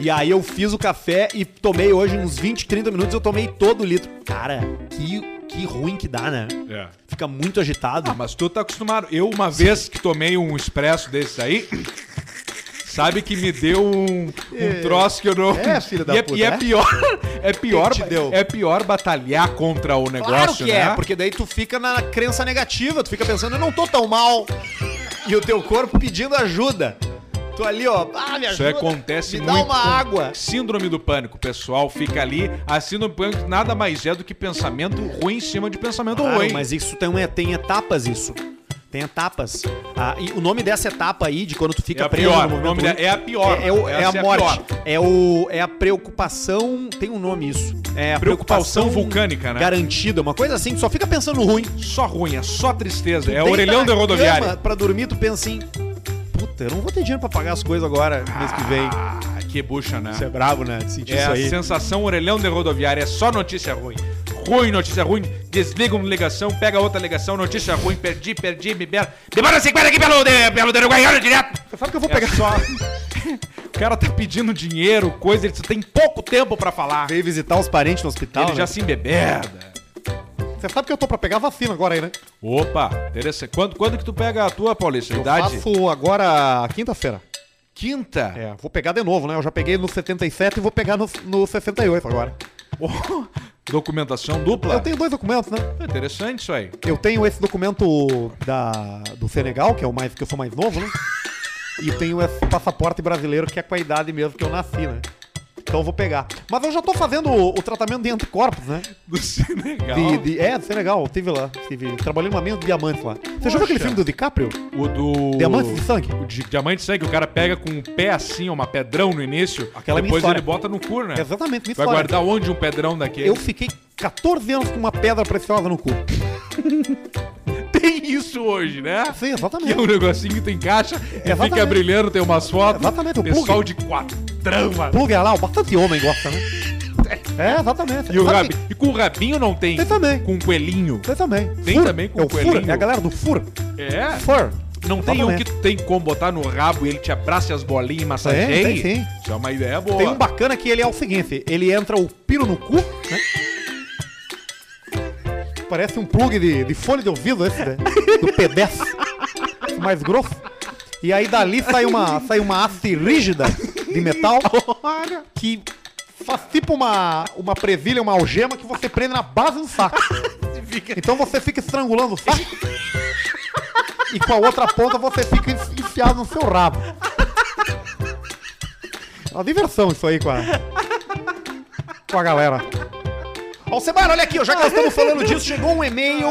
B: E aí eu fiz o café e tomei hoje uns 20, 30 minutos, eu tomei todo o litro. Cara, que, que ruim que dá, né?
A: É.
B: Fica muito agitado.
A: Ah, mas tu tá acostumado. Eu, uma vez que tomei um expresso desses aí, sabe que me deu um, um troço que eu não.
B: É, filho da
A: <laughs> e é,
B: puta,
A: E é
B: é?
A: pior. É pior,
B: te deu?
A: é pior batalhar contra o negócio,
B: Claro que
A: né?
B: é, porque daí tu fica na crença negativa, tu fica pensando, eu não tô tão mal. E o teu corpo pedindo ajuda. Tu ali, ó, ah, me ajuda.
A: Isso aí acontece
B: me
A: muito.
B: dá uma
A: com
B: água.
A: Síndrome do pânico. O pessoal fica ali. A síndrome do pânico nada mais é do que pensamento ruim em cima de pensamento
B: Claro,
A: ruim.
B: mas isso tem, uma- tem etapas, isso. Tem etapas. Ah, e o nome dessa etapa aí, de quando tu fica
A: É a
B: preso
A: pior,
B: no momento
A: o nome
B: ruim,
A: dela- é a pior.
B: É, é o- é
A: Essa é
B: a
A: a
B: morte.
A: pior.
B: É, o, é a preocupação. Tem um nome isso. É a
A: Preocupação
B: preocupação,
A: vulcânica, né?
B: Garantida, uma coisa assim, tu só fica pensando no ruim.
A: Só ruim, é só tristeza. É
B: Deita
A: orelhão
B: na
A: da rodoviária.
B: cama Pra dormir, tu pensa assim. Puta, eu não vou ter dinheiro pra pagar as coisas agora, mês que vem.
A: Ah, que bucha, né?
B: Isso é brabo, né? De sentir
A: É
B: isso
A: a
B: aí.
A: sensação orelhão de rodoviária, é só notícia ruim. Ruim, notícia ruim, desliga uma ligação, pega outra ligação, notícia ruim, perdi, perdi, me bela. Me bora 50 aqui pelo, de, pelo de Uruguaiana direto!
B: Sabe que eu vou
A: É
B: <laughs>
A: só. <laughs> o cara tá pedindo dinheiro, coisa, ele só tem pouco tempo pra falar.
B: Veio visitar os parentes no hospital.
A: ele já
B: né?
A: se embebeda.
F: Você sabe que eu tô pra pegar vacina agora aí, né?
A: Opa, interessante. Quando, quando que tu pega a tua, Paulista?
F: Eu
A: Idade?
F: faço agora quinta-feira.
A: Quinta?
F: É, vou pegar de novo, né? Eu já peguei no 77 e vou pegar no, no 68 agora.
A: Oh, <laughs> documentação dupla?
F: Eu tenho dois documentos, né?
A: É Interessante isso aí.
F: Eu tenho esse documento da, do Senegal, que é o mais que eu sou mais novo, né? E tenho esse passaporte brasileiro que é com a idade mesmo que eu nasci, né? Então eu vou pegar. Mas eu já tô fazendo o, o tratamento de anticorpos, né?
A: Do <laughs> Senegal.
F: De, de, é, do Senegal, eu tive lá. Tive, trabalhei numa mina de diamantes lá. Você já viu aquele filme do DiCaprio?
A: O do.
F: Diamantes de sangue?
A: O de diamante de sangue, o cara pega com um pé assim, uma pedrão no início,
F: Aquela
A: depois
F: minha história.
A: ele bota no cu, né?
F: Exatamente, minha
A: Vai
F: história.
A: guardar onde um pedrão daquele?
F: Eu fiquei 14 anos com uma pedra preciosa no cu.
A: <laughs> Tem isso hoje, né?
F: Sim,
A: Que é
F: exatamente.
A: um negocinho que tu encaixa e
F: Exatamente.
A: fica brilhando, tem umas fotos.
F: Exatamente, o
A: Pessoal
F: plug.
A: de quatrão, mano.
F: Pluga é lá, bastante homem gosta, né? É, exatamente.
A: E, o
F: Sabe-
A: rabi... e com o rabinho não tem?
F: Tem também.
A: Com o coelhinho.
F: Tem também.
A: Tem também com
F: é o
A: coelhinho.
F: fur, É a galera do fur.
A: É?
F: Fur.
A: Não tem um
F: Exatamente.
A: que tu tem como botar no rabo e ele te abraça e as bolinhas e massageia?
F: Tem, tem, tem.
A: Isso é uma ideia boa.
F: Tem um bacana que ele é o seguinte, ele entra o piro no cu, né? Parece um plug de, de fone de ouvido esse, né? Do P10. Esse mais grosso. E aí dali sai uma, sai uma haste rígida de metal que faz tipo uma, uma presilha, uma algema que você prende na base do saco. Então <laughs> você fica estrangulando o saco e com a outra ponta você fica en- enfiado no seu rabo. É uma diversão isso aí com a, com a galera.
B: Alcemar, olha aqui, ó, já que nós estamos falando disso, chegou um e-mail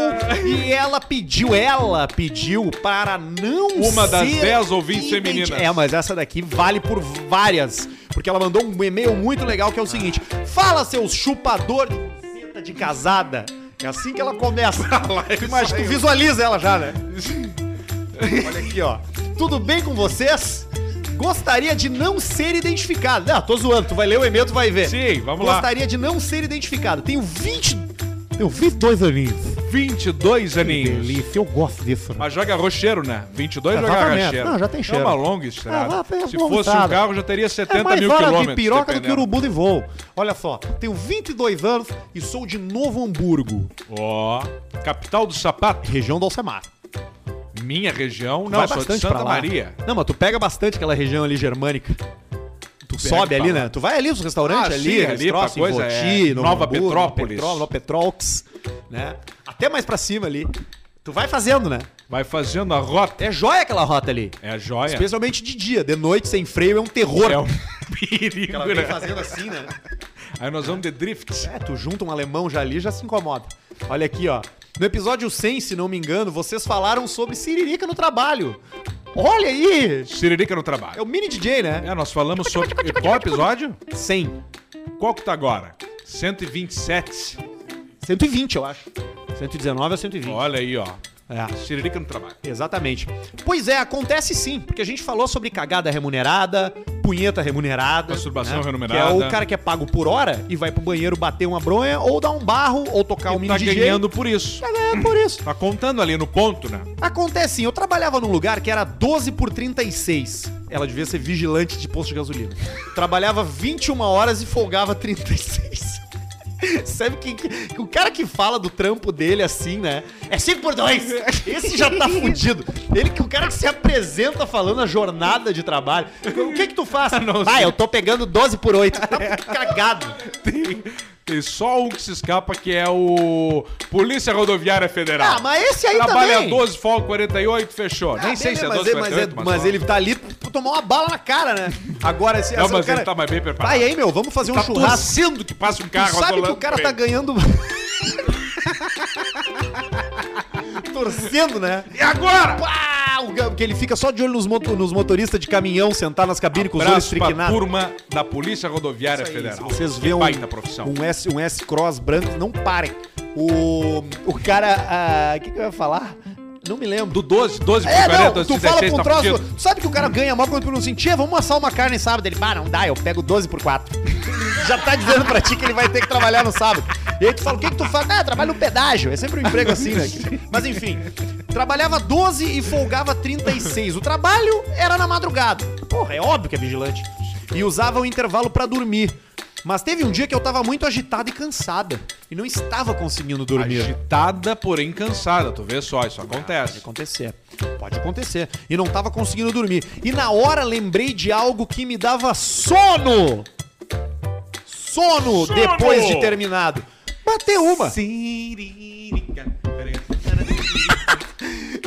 B: e ela pediu, ela pediu para não
A: Uma das
B: ser
A: dez ouvintes
B: identi-
A: femininas.
B: É, mas essa daqui vale por várias, porque ela mandou um e-mail muito legal que é o seguinte: Fala, seus chupador de buceta de casada. É assim que ela começa. Tu imagina, tu visualiza ela já,
A: <laughs>
B: né? Olha aqui, ó. Tudo bem com vocês? Gostaria de não ser identificado. Não, tô zoando. Tu vai ler o e-mail, tu vai ver.
A: Sim, vamos lá.
B: Gostaria de não ser identificado. Tenho 20.
F: Eu fiz dois aninhos.
A: 22
F: Que
A: aninhos.
F: delícia, eu gosto disso. né?
A: Mas joga rocheiro, né? 22 joga
F: Exatamente.
A: rocheiro.
F: Não, já tem cheiro.
A: É uma longa estrada.
F: É, já tem
A: Se
F: uma longa
A: fosse um
F: estrada.
A: carro, já teria 70
F: é mais
A: mil
F: hora
A: quilômetros.
F: de piroca do que
A: dependendo.
F: urubu de voo. Olha só, tenho 22 anos e sou de Novo Hamburgo,
A: Ó, capital do sapato,
F: região do Alcemar.
A: minha região.
B: Vai
A: Não, sou de
B: bastante
A: Santa
B: pra lá.
A: Maria.
B: Não, mas tu pega bastante aquela região ali germânica. Tu sobe
A: pra
B: ali,
A: lá.
B: né? Tu vai ali nos restaurantes
A: Ah,
B: ali,
A: sim,
B: aqueles
A: ali pra
B: troços, em
A: coisa,
B: Voti,
A: é,
B: Novo
A: Nova
B: Hamburgo,
A: Petrópolis.
B: Petro- Nova Petrolx, né? Até mais pra cima ali. Tu vai fazendo, né?
A: Vai fazendo a rota.
B: É joia aquela rota ali.
A: É a joia.
B: Especialmente de dia. De noite, sem freio, é um terror.
A: É um <laughs> perigo,
B: Ela
A: né?
B: vem fazendo assim, né?
A: Aí nós vamos de drifts.
B: É, tu junta um alemão já ali, já se incomoda. Olha aqui, ó. No episódio 100, se não me engano, vocês falaram sobre siririca no trabalho. Olha aí!
A: Siririca no
B: É
A: trabalho.
B: o mini DJ, né?
A: É, nós falamos sobre... e Qual episódio?
B: 100.
A: Qual que tá agora? 127.
B: 120, eu acho. 119 ou 120.
A: Olha aí, ó.
B: É.
A: Siririca no trabalho.
B: Exatamente. Pois é, acontece sim, porque a gente falou sobre cagada remunerada, punheta remunerada.
A: Masturbação
B: Que
A: remunerada.
B: é o cara que é pago por hora e vai pro banheiro bater uma bronha ou dar um barro ou tocar um
A: E
B: mini
A: tá
B: DJ.
A: ganhando por isso.
B: Tá ganhando por isso.
A: Tá contando ali no ponto, né? <laughs>
B: Acontece sim, eu trabalhava num lugar que era 12 por 36. Ela devia ser vigilante de posto de gasolina. trabalhava 21 horas e folgava 36. <laughs> Sabe que, que o cara que fala do trampo dele assim, né? É 5 por 2. Esse já tá fudido. Ele que o cara que se apresenta falando a jornada de trabalho. O que que tu faz?
A: <laughs> Não
B: ah,
A: sei.
B: eu tô pegando 12 por 8. Tá
A: <laughs>
B: cagado.
A: Tá. Tem só um que se escapa que é o Polícia Rodoviária Federal.
B: Ah, mas esse aí
A: Trabalha
B: também. Ah,
A: 12, folga 48, fechou. Nem sei se é 12,
B: mas, mas, é-
A: 48,
B: mas ele tá ali pra tomar uma bala na cara, né? Agora, esse
A: Não,
B: esse
A: mas
B: cara-
A: ele tá mais bem preparado.
B: Tá, e aí, meu, vamos fazer um
A: tá
B: churrasco.
A: torcendo que passa um
B: Tu
A: carro
B: sabe que o
A: atolando
B: cara
A: ele.
B: tá ganhando. <laughs> Torcendo, né?
A: E agora?
B: Pá! O ga- Porque ele fica só de olho nos, moto- nos motoristas de caminhão sentar nas cabines com os olhos
A: Abraço pra
B: triquinados.
A: turma da Polícia Rodoviária Federal.
B: Vocês
A: Que
B: vê um,
A: baita profissão.
B: um S, um S Cross branco, não parem. O, o cara. ah, O que, que eu ia falar? Não me lembro.
A: Do 12, 12 por
B: É,
A: 40,
B: não, tu
A: 16,
B: fala com um
A: tá
B: troço.
A: fudido.
B: tu sabe que o cara ganha mal quando tu não sentia? Vamos assar uma carne sábado. Ele, bah, não dá, eu pego 12 por 4. <laughs> Já tá dizendo pra ti que ele vai ter que trabalhar no sábado. E aí tu fala, o que que tu faz? Ah, eu trabalho no pedágio. É sempre um emprego assim, né? <laughs> Mas enfim, trabalhava 12 e folgava 36. O trabalho era na madrugada. Porra, é óbvio que é vigilante. E usava o intervalo pra dormir. Mas teve um dia que eu tava muito agitada e cansada. E não estava conseguindo dormir.
A: Agitada, porém cansada. Tu vê só, isso acontece.
B: Pode acontecer. Pode acontecer. E não tava conseguindo dormir. E na hora lembrei de algo que me dava sono. Sono, depois de terminado. Bateu uma.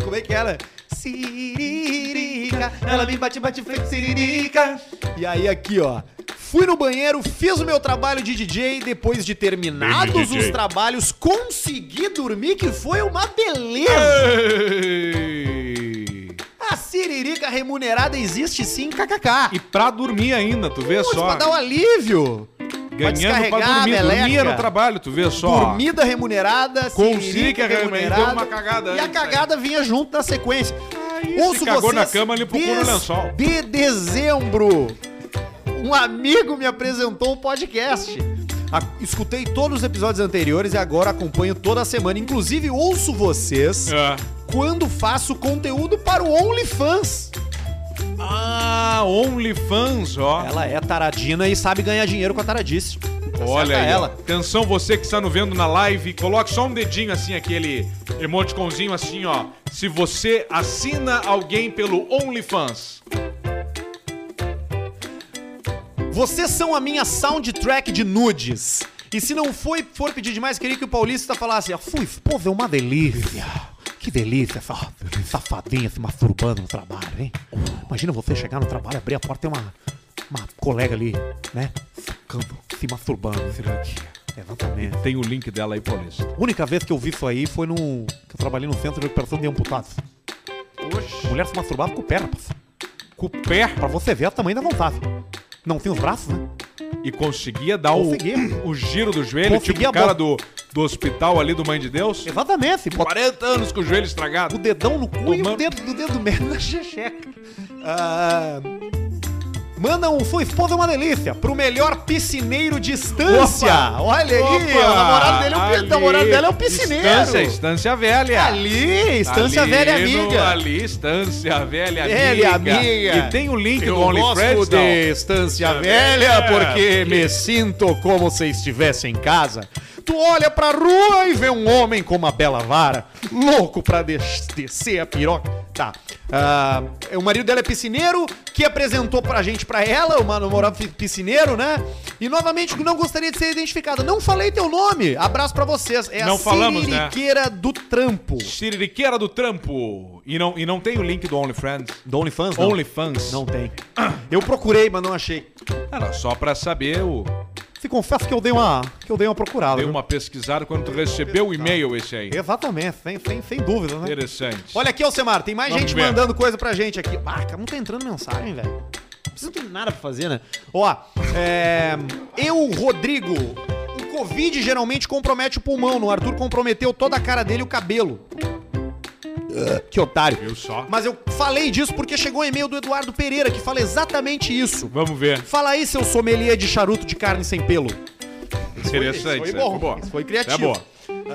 B: Como é que era? Siririca, ela me bate, bate, fez siririca. E aí aqui, ó. Fui no banheiro, fiz o meu trabalho de DJ, depois de terminados
A: Baby DJ.
B: os trabalhos, consegui dormir, que foi uma beleza.
A: Ei!
B: A siririca remunerada existe sim, kkk.
A: E pra dormir ainda, tu vê
B: Putz,
A: só.
B: pra dar um alívio.
A: Ganhando pra
B: descarregar a
A: dormir. Dormia
B: meleca.
A: no trabalho, tu vê só.
B: Dormida remunerada,
A: Consiga
B: siririca
A: remunerar, deu uma cagada
B: E a
A: antes,
B: cagada vinha junto na sequência.
A: Aí, se cagou na cama, limpou o cu no
B: des-
A: lençol.
B: De dezembro, um amigo me apresentou um podcast. A- escutei todos os episódios anteriores e agora acompanho toda semana. Inclusive, ouço vocês
A: É.
B: quando faço conteúdo para o OnlyFans.
A: Ah, OnlyFans, ó.
B: Ela é taradina e sabe ganhar dinheiro com a taradice. Tá
A: Olha
B: certa
A: aí. ó.
B: ela.
A: Atenção, você que está nos vendo na live, coloque só um dedinho assim, aquele emoticonzinho assim, ó. Se você assina alguém pelo OnlyFans.
B: Vocês são a minha soundtrack de nudes. E se não foi, for pedir demais, queria que o Paulista falasse, ah, fui, pô, é uma delícia.
D: Que delícia essa safadinha se masturbando no trabalho, hein? Imagina você chegar no trabalho, abrir a porta e tem uma, uma colega ali, né? Ficando, se masturbando. Exatamente.
A: Tem o link dela aí, Paulista.
D: A única vez que eu vi isso aí foi no. que eu trabalhei no centro de recuperação de amputados. Mulher se masturbava com o pé, rapaz.
A: Com o pé
D: Pra você ver o tamanho da vontade. Não tem os braços, né?
A: e conseguia dar o,
D: Consegui.
A: o giro do joelho,
D: Consegui
A: tipo
D: a
A: o cara
D: bola.
A: do, do hospital ali do Mãe de Deus.
D: Exatamente. Bota
A: 40 anos com o joelho estragado.
B: O dedão no cu e
A: Tomando-
B: o dedo do dedo médio na checheca. Ah, manda um Sua Esposa é uma Delícia pro melhor piscineiro de estância.
A: Opa!
B: Olha aí,
A: Opa!
B: o namorado, dele é um,
A: Ali.
B: pi- o namorado dela é um piscineiro.
A: Estância, Estância Velha.
B: Ali, Estância Velha
A: no-
B: Amiga.
A: ali, Estância Velha Amiga.
B: Velha é Amiga.
A: E tem o link
B: Eu
A: do né? OnlyFans, É.
B: gosto
A: não?
B: de Estância Velha porque me sinto como se estivesse em casa. Tu olha pra rua e vê um homem com uma bela vara, louco pra des- descer a piroca. Tá. Ah, o marido dela é piscineiro, que apresentou pra gente pra ela, uma namorada fi- piscineiro, né? E novamente, não gostaria de ser identificada. Não falei teu nome. Abraço pra vocês. É
A: Não
B: a
A: falamos, né?
B: Siririqueira do Trampo.
A: Siririqueira do Trampo. E não, e não tem o link do OnlyFans.
B: Do OnlyFans? Não.
A: OnlyFans.
B: Não tem. Eu procurei, mas não achei.
A: Era só pra saber, eu
B: Se confesso que eu dei uma, que eu dei uma procurada.
A: dei
B: viu?
A: uma pesquisada quando tu recebeu o e-mail esse aí.
B: Exatamente, sem, sem, sem dúvida, né?
A: Interessante.
B: Olha aqui, Alcemar, tem mais
A: Vamos
B: gente
A: ver.
B: mandando coisa pra gente aqui. Ah, cara, não tá entrando mensagem, velho. Não precisa ter nada pra fazer, né? Ó, é, eu, Rodrigo, o Covid geralmente compromete o pulmão. No Arthur comprometeu toda a cara dele e o cabelo. Que otário.
A: Viu só?
B: Mas eu falei disso porque chegou um e-mail do Eduardo Pereira que fala exatamente isso.
A: Vamos ver.
B: Fala aí, seu sommelier de charuto de carne sem pelo.
A: Interessante.
B: Foi
A: né?
B: bom,
A: Boa.
B: foi criativo.
A: É boa.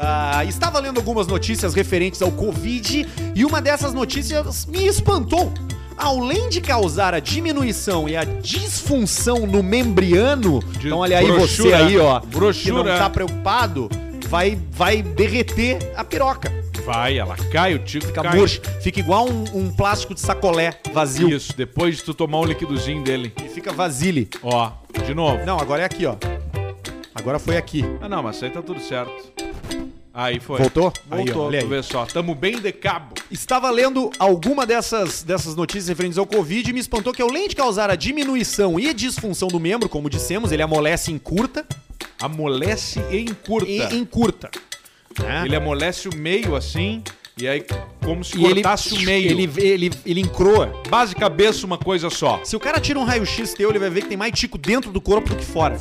B: Ah, estava lendo algumas notícias referentes ao Covid e uma dessas notícias me espantou. Além de causar a diminuição e a disfunção no membriano,
A: De-
B: então olha aí você
A: brochura,
B: aí, ó, que não
A: brochura.
B: tá preocupado, vai, vai derreter a piroca.
A: Vai, ela cai, o tico
B: Fica
A: cai.
B: murcha, fica igual um, um plástico de sacolé vazio.
A: Isso, depois de tu tomar o liquidozinho dele.
B: E fica vasile.
A: Ó, de novo.
B: Não, agora é aqui, ó. Agora foi aqui.
A: Ah, não, mas isso aí tá tudo certo. Aí foi.
B: Voltou? Aí, ó,
A: Voltou,
B: olha
A: tu
B: aí.
A: vê só. Tamo bem de cabo.
B: Estava lendo alguma dessas, dessas notícias referentes ao Covid e me espantou que, além de causar a diminuição e disfunção do membro, como dissemos, ele amolece em curta
A: Amolece e encurta.
B: e em curta. né?
A: Ele amolece o meio assim, e aí como se
B: E ele,
A: cortasse o meio.
B: Ele, ele, ele encroa.
A: Base cabeça, uma coisa só.
B: Se o cara tira um raio-x teu, ele vai ver que tem mais tico dentro do corpo do que <laughs> fora.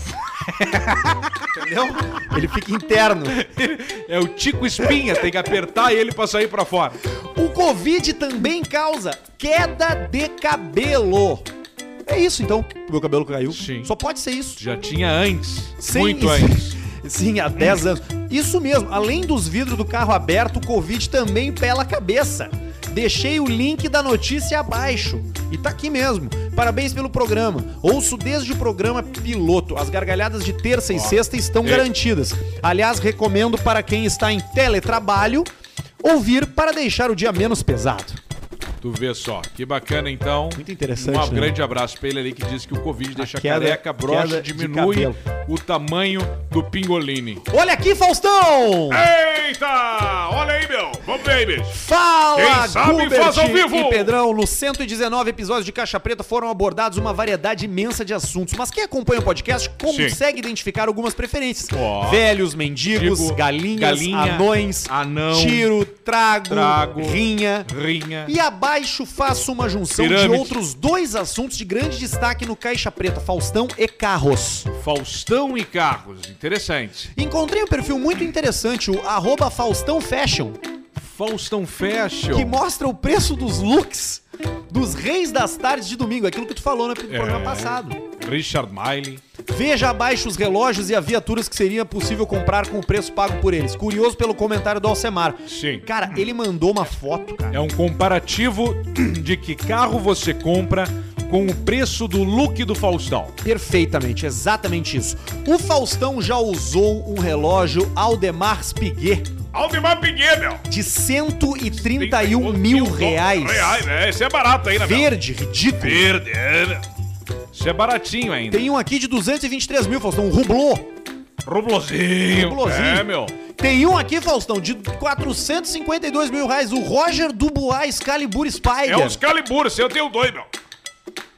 B: Entendeu? Ele fica interno.
A: É o Tico Espinha, tem que apertar ele pra sair pra fora.
B: O Covid também causa queda de cabelo. É isso, então. Meu cabelo caiu.
A: Sim.
B: Só pode ser isso.
A: Já tinha antes.
B: Sim,
A: muito
B: isso-
A: antes.
B: Sim, há 10 anos. Isso mesmo, além dos vidros do carro aberto, o Covid também pela cabeça. Deixei o link da notícia abaixo. E tá aqui mesmo. Parabéns pelo programa. Ouço desde o programa piloto. As gargalhadas de terça e sexta estão
A: Ei.
B: garantidas. Aliás, recomendo para quem está em teletrabalho ouvir para deixar o dia menos pesado.
A: Tu vê só, que bacana então.
B: Muito interessante,
A: Um
B: né?
A: grande abraço pra ele ali que disse que o Covid deixa
B: queda-
A: careca, brocha,
B: queda de
A: diminui
B: cabelo.
A: o tamanho do pingoline.
B: Olha aqui, Faustão!
A: Eita! Olha aí, meu! Vamos ver aí, bicho!
B: Fala,
A: Quem sabe
B: Gubert
A: faz ao vivo.
B: e Pedrão. Nos 119 episódios de Caixa Preta foram abordados uma variedade imensa de assuntos, mas quem acompanha o podcast consegue
A: Sim.
B: identificar algumas preferências.
A: Ó.
B: Velhos, mendigos,
A: Digo,
B: galinhas,
A: galinha,
B: anões,
A: anão,
B: tiro, trago,
A: trago,
B: rinha.
A: Rinha.
B: E abaixo faço uma junção de
A: Pirâmide.
B: outros dois assuntos de grande destaque no Caixa Preta, Faustão e Carros.
A: Faustão e carros. Interessante.
B: Encontrei um perfil muito interessante, o arroba Faustão Fashion,
A: Faustão Fashion.
B: que mostra o preço dos looks dos reis das tardes de domingo, aquilo que tu falou no programa
A: É.
B: passado.
A: Richard Miley.
B: Veja abaixo os relógios e as viaturas que seria possível comprar com o preço pago por eles. Curioso pelo comentário do Alcemar.
A: Sim.
B: Cara, ele mandou uma foto, cara.
A: É um comparativo <clears throat> de que carro você compra com o preço do look do Faustão.
B: Perfeitamente, exatamente isso. O Faustão já usou um relógio Aldemar Spiguet
A: Aldemar Pinheiro, meu.
B: de 131 mil reais.
A: né? Esse é barato ainda,
B: Verde, ridículo.
A: Verde, é, meu. Isso é baratinho ainda.
B: Tem um aqui de 223 mil, Faustão, um rublô.
A: Rublozinho.
B: Rublozinho.
A: É, meu.
B: Tem um aqui, Faustão, de 452 mil reais, o Roger Dubois Calibur Spider.
A: É uns Calibur, eu tenho dois, meu.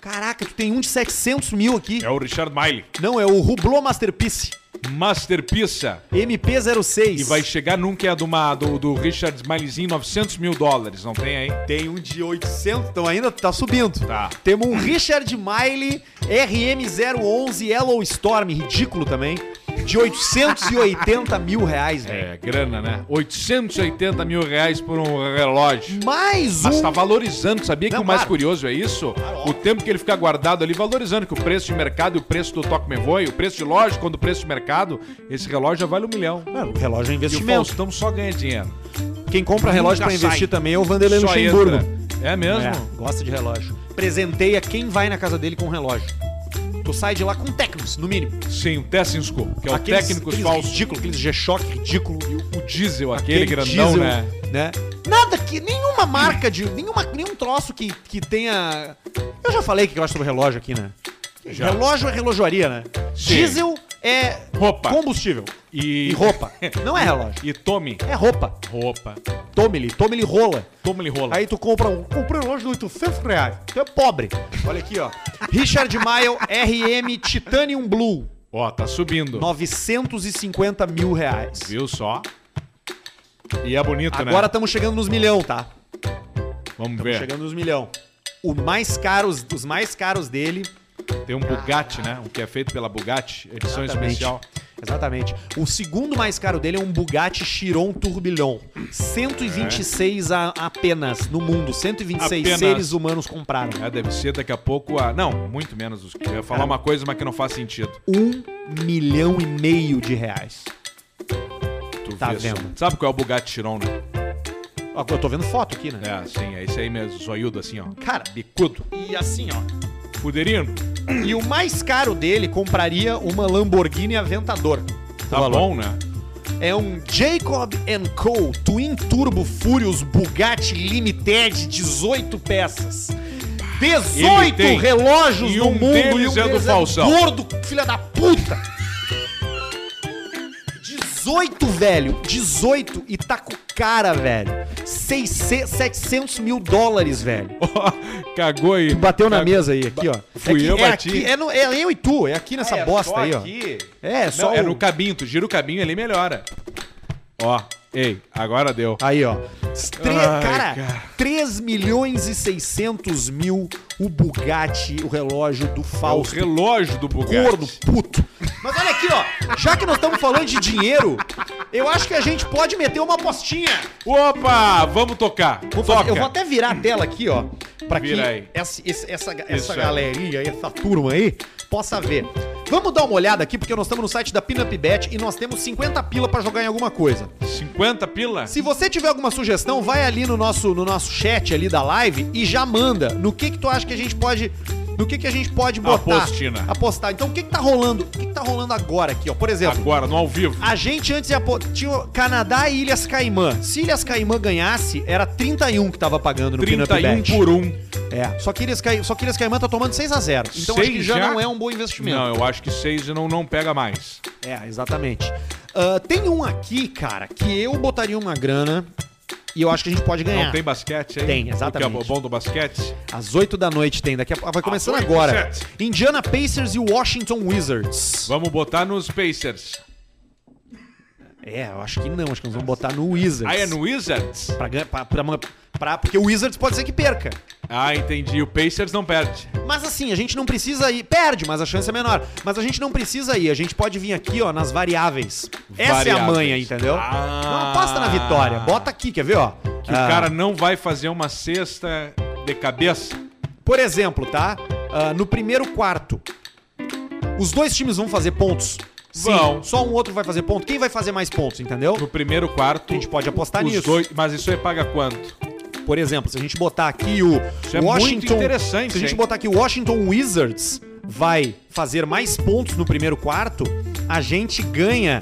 B: Caraca, tu tem um de 700 mil aqui.
A: É o Richard Miley.
B: Não, é o Rublô Masterpiece,
A: Masterpiece.
B: MP06.
A: E vai chegar nunca é a do, ma- do, do Richard Mileyzinho, 900 mil dólares. Não tem aí?
B: Tem um de 800, então ainda tá subindo.
A: Tá.
B: Temos um Richard Miley RM011 Yellowstorm, ridículo também, de <laughs> 880 mil reais, velho.
A: É, grana, né? 880 mil reais por um relógio.
B: Mais um...
A: Mas tá valorizando, sabia que
B: Não, Tá
A: o mais
B: claro.
A: curioso é isso? O tempo que ele fica guardado ali, valorizando que o preço de mercado e o preço do Toque Me Voe, o preço de loja, quando o preço de mercado, esse relógio já vale um milhão.
B: Mano, o relógio é
A: E o
B: investimento.
A: Faustão só ganha dinheiro.
B: Quem compra relógio
A: Nunca
B: pra
A: sai.
B: investir também é o Vanderlei
A: só
B: Luxemburgo.
A: entra. É mesmo?
B: É, gosta de relógio. Presenteia quem vai na casa dele com um relógio. Tu sai de lá com técnicos, no mínimo.
A: Sim, o Tessinsko, que é o
B: Aqueles-
A: técnico
B: aqueles
A: falso.
B: Ridículo, aqueles G-Shock ridículo.
A: O diesel, aquele, grandão,
B: diesel,
A: né?
B: Nada que. Nenhuma marca de. Nenhuma, nenhum troço que, que tenha. Eu já falei o que eu acho sobre relógio aqui, né?
A: Já.
B: Relógio é relojoaria, né?
A: Sim.
B: Diesel é
A: Roupa.
B: combustível.
A: E,
B: E roupa.
A: <laughs>
B: Não é relógio.
A: E tome.
B: É roupa.
A: Roupa.
B: Tome-lhe, tome-lhe rola.
A: Tome-lhe rola.
B: Aí tu compra um. Comprei um relógio de 800 reais. Tu é pobre. Olha aqui, ó. Richard Mile RM Titanium Blue.
A: Ó, tá subindo.
B: 950 mil reais.
A: Viu só? E é bonito,
B: Agora
A: né?
B: estamos chegando nos milhão, tá?
A: Vamos
B: Estamos
A: ver.
B: chegando nos milhão. O mais caros, os mais caros dele
A: Tem um Bugatti, né? Um que é feito pela Bugatti, edição
B: Exatamente.
A: especial.
B: Exatamente. O segundo mais caro dele é um Bugatti Chiron Tourbillon. 126 a- apenas no mundo. 126
A: Apenas.
B: seres humanos compraram.
A: Ah, deve ser daqui a pouco a. Não, muito menos os que. Eu ia
B: Tá.
A: falar uma coisa, mas que não faz sentido.
B: Um milhão e meio de reais.
A: Tu
B: Tá
A: vê só.
B: vendo.
A: Sabe qual é o Bugatti Chiron, né?
B: Ó, eu tô vendo foto aqui, né?
A: É, sim, é esse aí mesmo, zoiudo assim, ó.
B: Cara,
A: Bicudo.
B: e assim, ó.
A: Fuderino.
B: E o mais caro dele compraria uma Lamborghini Aventador.
A: Tá bom, né?
B: É um Jacob Co. Twin Turbo Furious Bugatti Limited, 18 peças. 18
A: tem.
B: relógios
A: E
B: no
A: um
B: mundo
A: deles é do Faustão.
B: gordo, filha da puta. 18, velho. 18 e tá com cara, velho. 600, 700 mil dólares, velho.
A: Cagou aí.
B: Tu bateu na
A: Cagou.
B: mesa aí, aqui, ó.
A: Tá, Fui
B: é que-
A: eu,
B: é
A: bati.
B: Aqui, é, no- é eu e tu, é aqui nessa
A: Ah, é
B: bosta
A: só
B: aí, ó.
A: aqui?
B: É,
A: Não,
B: só
A: é
B: o-
A: no cabinho, tu gira o cabinho ali melhora. Ó, ei, agora deu.
B: Aí, ó. Tre-
A: Ai,
B: cara,
A: cara.
B: 3 milhões e 600 mil o Bugatti, o relógio do
A: É o
B: Fausto.
A: relógio do Bugatti.
B: Gordo, puto. Mas olha aqui, ó. Já que nós estamos falando de dinheiro, eu acho que a gente pode meter uma apostinha.
A: Opa, vamos tocar.
B: Vou
A: Toca.
B: fazer- eu vou até virar a tela aqui, ó. Pra que
A: Vira aí.
B: essa, esse- essa,
A: Isso
B: essa
A: aí.
B: galerinha, aí, essa turma aí, possa ver. Vamos dar uma olhada aqui, porque nós estamos no site da Pinup Bet e nós temos 50 pila pra jogar em alguma coisa.
A: 50 pila?
B: Se você tiver alguma sugestão, vai ali no nosso, no nosso chat ali da live e já manda. No que que tu acha que a gente pode, no que que a gente pode botar?
A: Apostina.
B: Apostar. Então, o que que tá rolando? O que que tá rolando agora aqui, ó? Por exemplo,
A: Agora, no ao vivo.
B: a gente antes ia apo- tinha o Canadá e Ilhas Caimã. Se Ilhas Caimã ganhasse, era 31 que tava pagando no Pinup
A: 31
B: Bet.
A: por 1.
B: É. Só que Ilhas Caimã, só que Ilhas Caimã tá tomando 6 a 0. Então acho
A: Seis
B: que já,
A: já?
B: não é um bom investimento.
A: Não, eu acho que 6 não, não pega mais.
B: É, exatamente. Ah, tem um aqui, cara, que eu botaria uma grana e eu acho que a gente pode ganhar.
A: Não tem basquete aí?
B: É. Tem, exatamente.
A: O que é bom do basquete?
B: Às 8 da noite tem, daqui a pouco. Vai começando
A: oito,
B: agora.
A: sete.
B: Indiana Pacers e Washington Wizards.
A: Vamos botar nos Pacers.
B: É, eu acho que não, acho que nós vamos botar no Wizards.
A: Ah, é no Wizards?
B: Pra, gan- pra, pra, uma- pra- porque o Wizards pode ser que perca.
A: Ah, entendi. O Pacers não perde.
B: Mas assim, a gente não precisa ir. Perde, mas a chance é menor. Mas a gente não precisa ir. A gente pode vir aqui, ó, nas variáveis. Essa é a
A: Variáveis.
B: manha, entendeu?
A: Ah.
B: Não aposta na vitória. Bota aqui, quer ver, ó?
A: Que
B: Ah.
A: o cara não vai fazer uma cesta de cabeça.
B: Por exemplo, tá? Ah, no primeiro quarto, os dois times vão fazer pontos.
A: Vão.
B: Só um outro vai fazer ponto. Quem vai fazer mais pontos, entendeu?
A: No primeiro quarto.
B: A gente pode apostar
A: os
B: nisso.
A: dois- mas isso aí paga quanto?
B: Por exemplo, se a gente botar aqui o
A: Isso é muito
B: Washington,
A: interessante,
B: se a gente
A: hein?
B: botar aqui o Washington Wizards vai fazer mais pontos no primeiro quarto, a gente ganha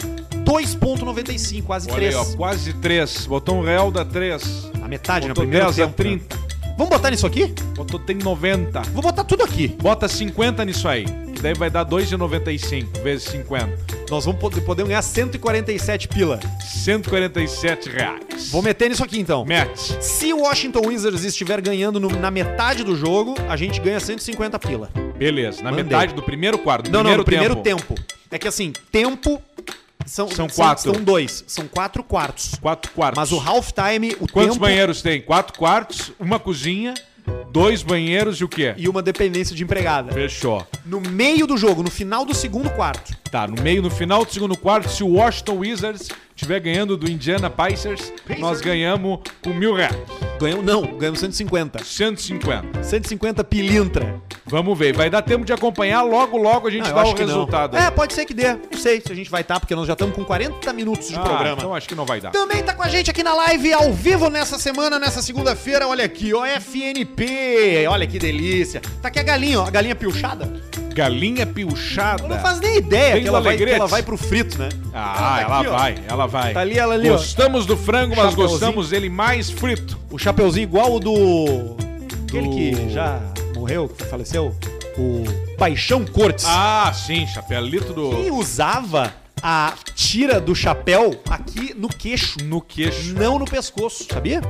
B: 2.95, quase
A: Olha aí,
B: 3.
A: ó, quase três. Botou um real da três.
B: A metade no
A: Botou
B: primeiro
A: 10 a
B: tempo. né?
A: 30.
B: Vamos botar nisso aqui?
A: Botou tem 90.
B: Vou botar tudo aqui.
A: Bota 50 nisso aí. que Daí vai dar 2,95 vezes 50.
B: Nós vamos pod- poder ganhar 147 pila.
A: 147 reais.
B: Vou meter nisso aqui então.
A: Mete.
B: Se o Washington Wizards estiver ganhando no- na metade do jogo, a gente ganha 150 pila.
A: Beleza, na
B: Mandei.
A: metade do primeiro quarto. do
B: Não, não, no primeiro tempo. É que assim, tempo são,
A: São quatro.
B: São dois. São quatro quartos.
A: Quatro quartos.
B: Mas o halftime, o
A: Quantos
B: tempo
A: banheiros tem? Quatro quartos, uma cozinha, dois banheiros e o quê?
B: e uma dependência de empregada.
A: Fechou.
B: No meio do jogo, no final do segundo quarto.
A: Tá, no meio, no final do segundo quarto, se o Washington Wizards estiver ganhando do Indiana Pacers, nós ganhamos com mil reais.
B: Ganhamos, não, ganhamos 150.
A: 150.
B: 150 pilintra.
A: Vamos ver, vai dar tempo de acompanhar, logo, logo a gente
B: eu
A: dá
B: acho
A: o
B: que não.
A: resultado. Ah,
B: É, pode ser que dê. Não sei se a gente vai estar, porque nós já estamos com 40 minutos de
A: Ah,
B: programa.
A: Então acho que não vai dar.
B: Também tá com a gente aqui na live ao vivo nessa semana, nessa segunda-feira. Olha aqui, ó, FNP. Olha que delícia. Tá aqui a galinha, ó, a galinha piochada.
A: Galinha piochada.
B: Eu não faço nem ideia
A: Bem
B: que ela vai, que
A: alegretes.
B: ela vai pro frito, né?
A: Ah, ela
B: aqui, ó.
A: vai, ela vai.
B: Tá ali, ela ali, ó.
A: Gostamos do frango, mas
B: Chapeuzinho.
A: gostamos ele mais frito.
B: O chapeuzinho igual o do. Aquele
A: Do-
B: que já morreu, que faleceu. O Paixão Cortes.
A: Ah, sim, chapelito do.
B: Quem usava a tira do chapéu aqui no queixo,
A: No queixo.
B: não no pescoço, sabia?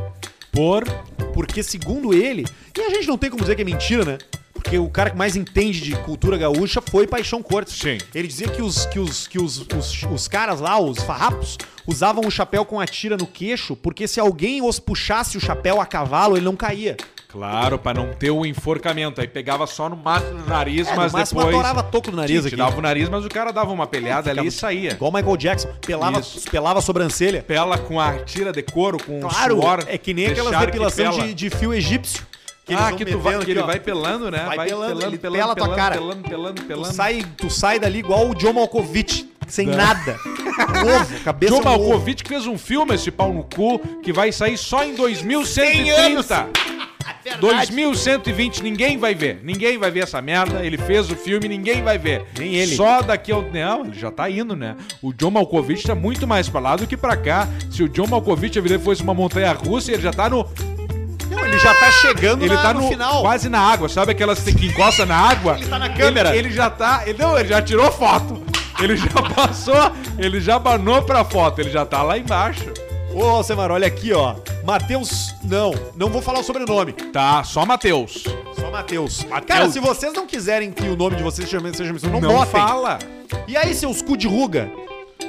A: Por.
B: Porque segundo ele, e a gente não tem como dizer que é mentira, né? Porque o cara que mais entende de cultura gaúcha foi Paixão Cortes.
A: Sim.
B: Ele dizia que os, que os, que os, os, os caras lá, os farrapos, usavam o chapéu com a tira no queixo, porque se alguém os puxasse o chapéu a cavalo, ele não caía.
A: Claro, pra não ter o enforcamento. Aí pegava só no mato no nariz,
B: É, no
A: mas
B: máximo
A: depois.
B: atorava toco no nariz
A: Sim, te
B: aqui.
A: dava o nariz, mas o cara dava uma pelhada ali e saía.
B: Igual Michael Jackson, pelava,
A: Isso.
B: pelava a sobrancelha.
A: Pela com a tira de couro, com
B: Claro,
A: suor.
B: é que nem aquelas
A: deixaram que
B: depilação
A: pela.
B: de, de fio egípcio.
A: ah,
B: vão
A: que tu vai,
B: metendo
A: que ele
B: aqui, ó.
A: vai pelando, né?
B: Vai pelando, ele pela tua cara.
A: Pelando, pelando,
B: Tu
A: pelando.
B: sai, tu sai dali igual o John Malkovich, sem
A: <laughs>
B: nada. Um ovo, cabeça
A: John
B: no ovo.
A: Malkovich fez um filme, esse pau no cu, que vai sair só em
B: <laughs> É
A: 2130. 2120, ninguém vai ver. Ninguém vai ver essa merda. Ele fez o filme, ninguém vai ver.
B: Nem ele.
A: Só daqui ao. Não, ele já tá indo, né? O John Malkovich tá muito mais pra lá do que pra cá. Se o John Malkovich a vida dele fosse uma montanha russa, ele já tá no.
B: Não, ele já tá chegando
A: Ele
B: na-
A: tá no,
B: final.
A: quase na água, sabe aquelas que encosta na água?
B: Ele tá na câmera.
A: Ele, ele já tá. Ele, não, ele já tirou foto. Ele já <laughs> passou, ele já banou pra foto, ele já tá lá embaixo.
B: Ô, Alcemar, olha aqui, ó. Matheus. Não, não vou falar o sobrenome.
A: Tá, só Matheus.
B: Só Matheus.
A: Mateus.
B: Cara, se vocês não quiserem que o nome de vocês seja seja mencionado, não,
A: Não
B: botem.
A: fala.
B: E aí, seus cu de ruga?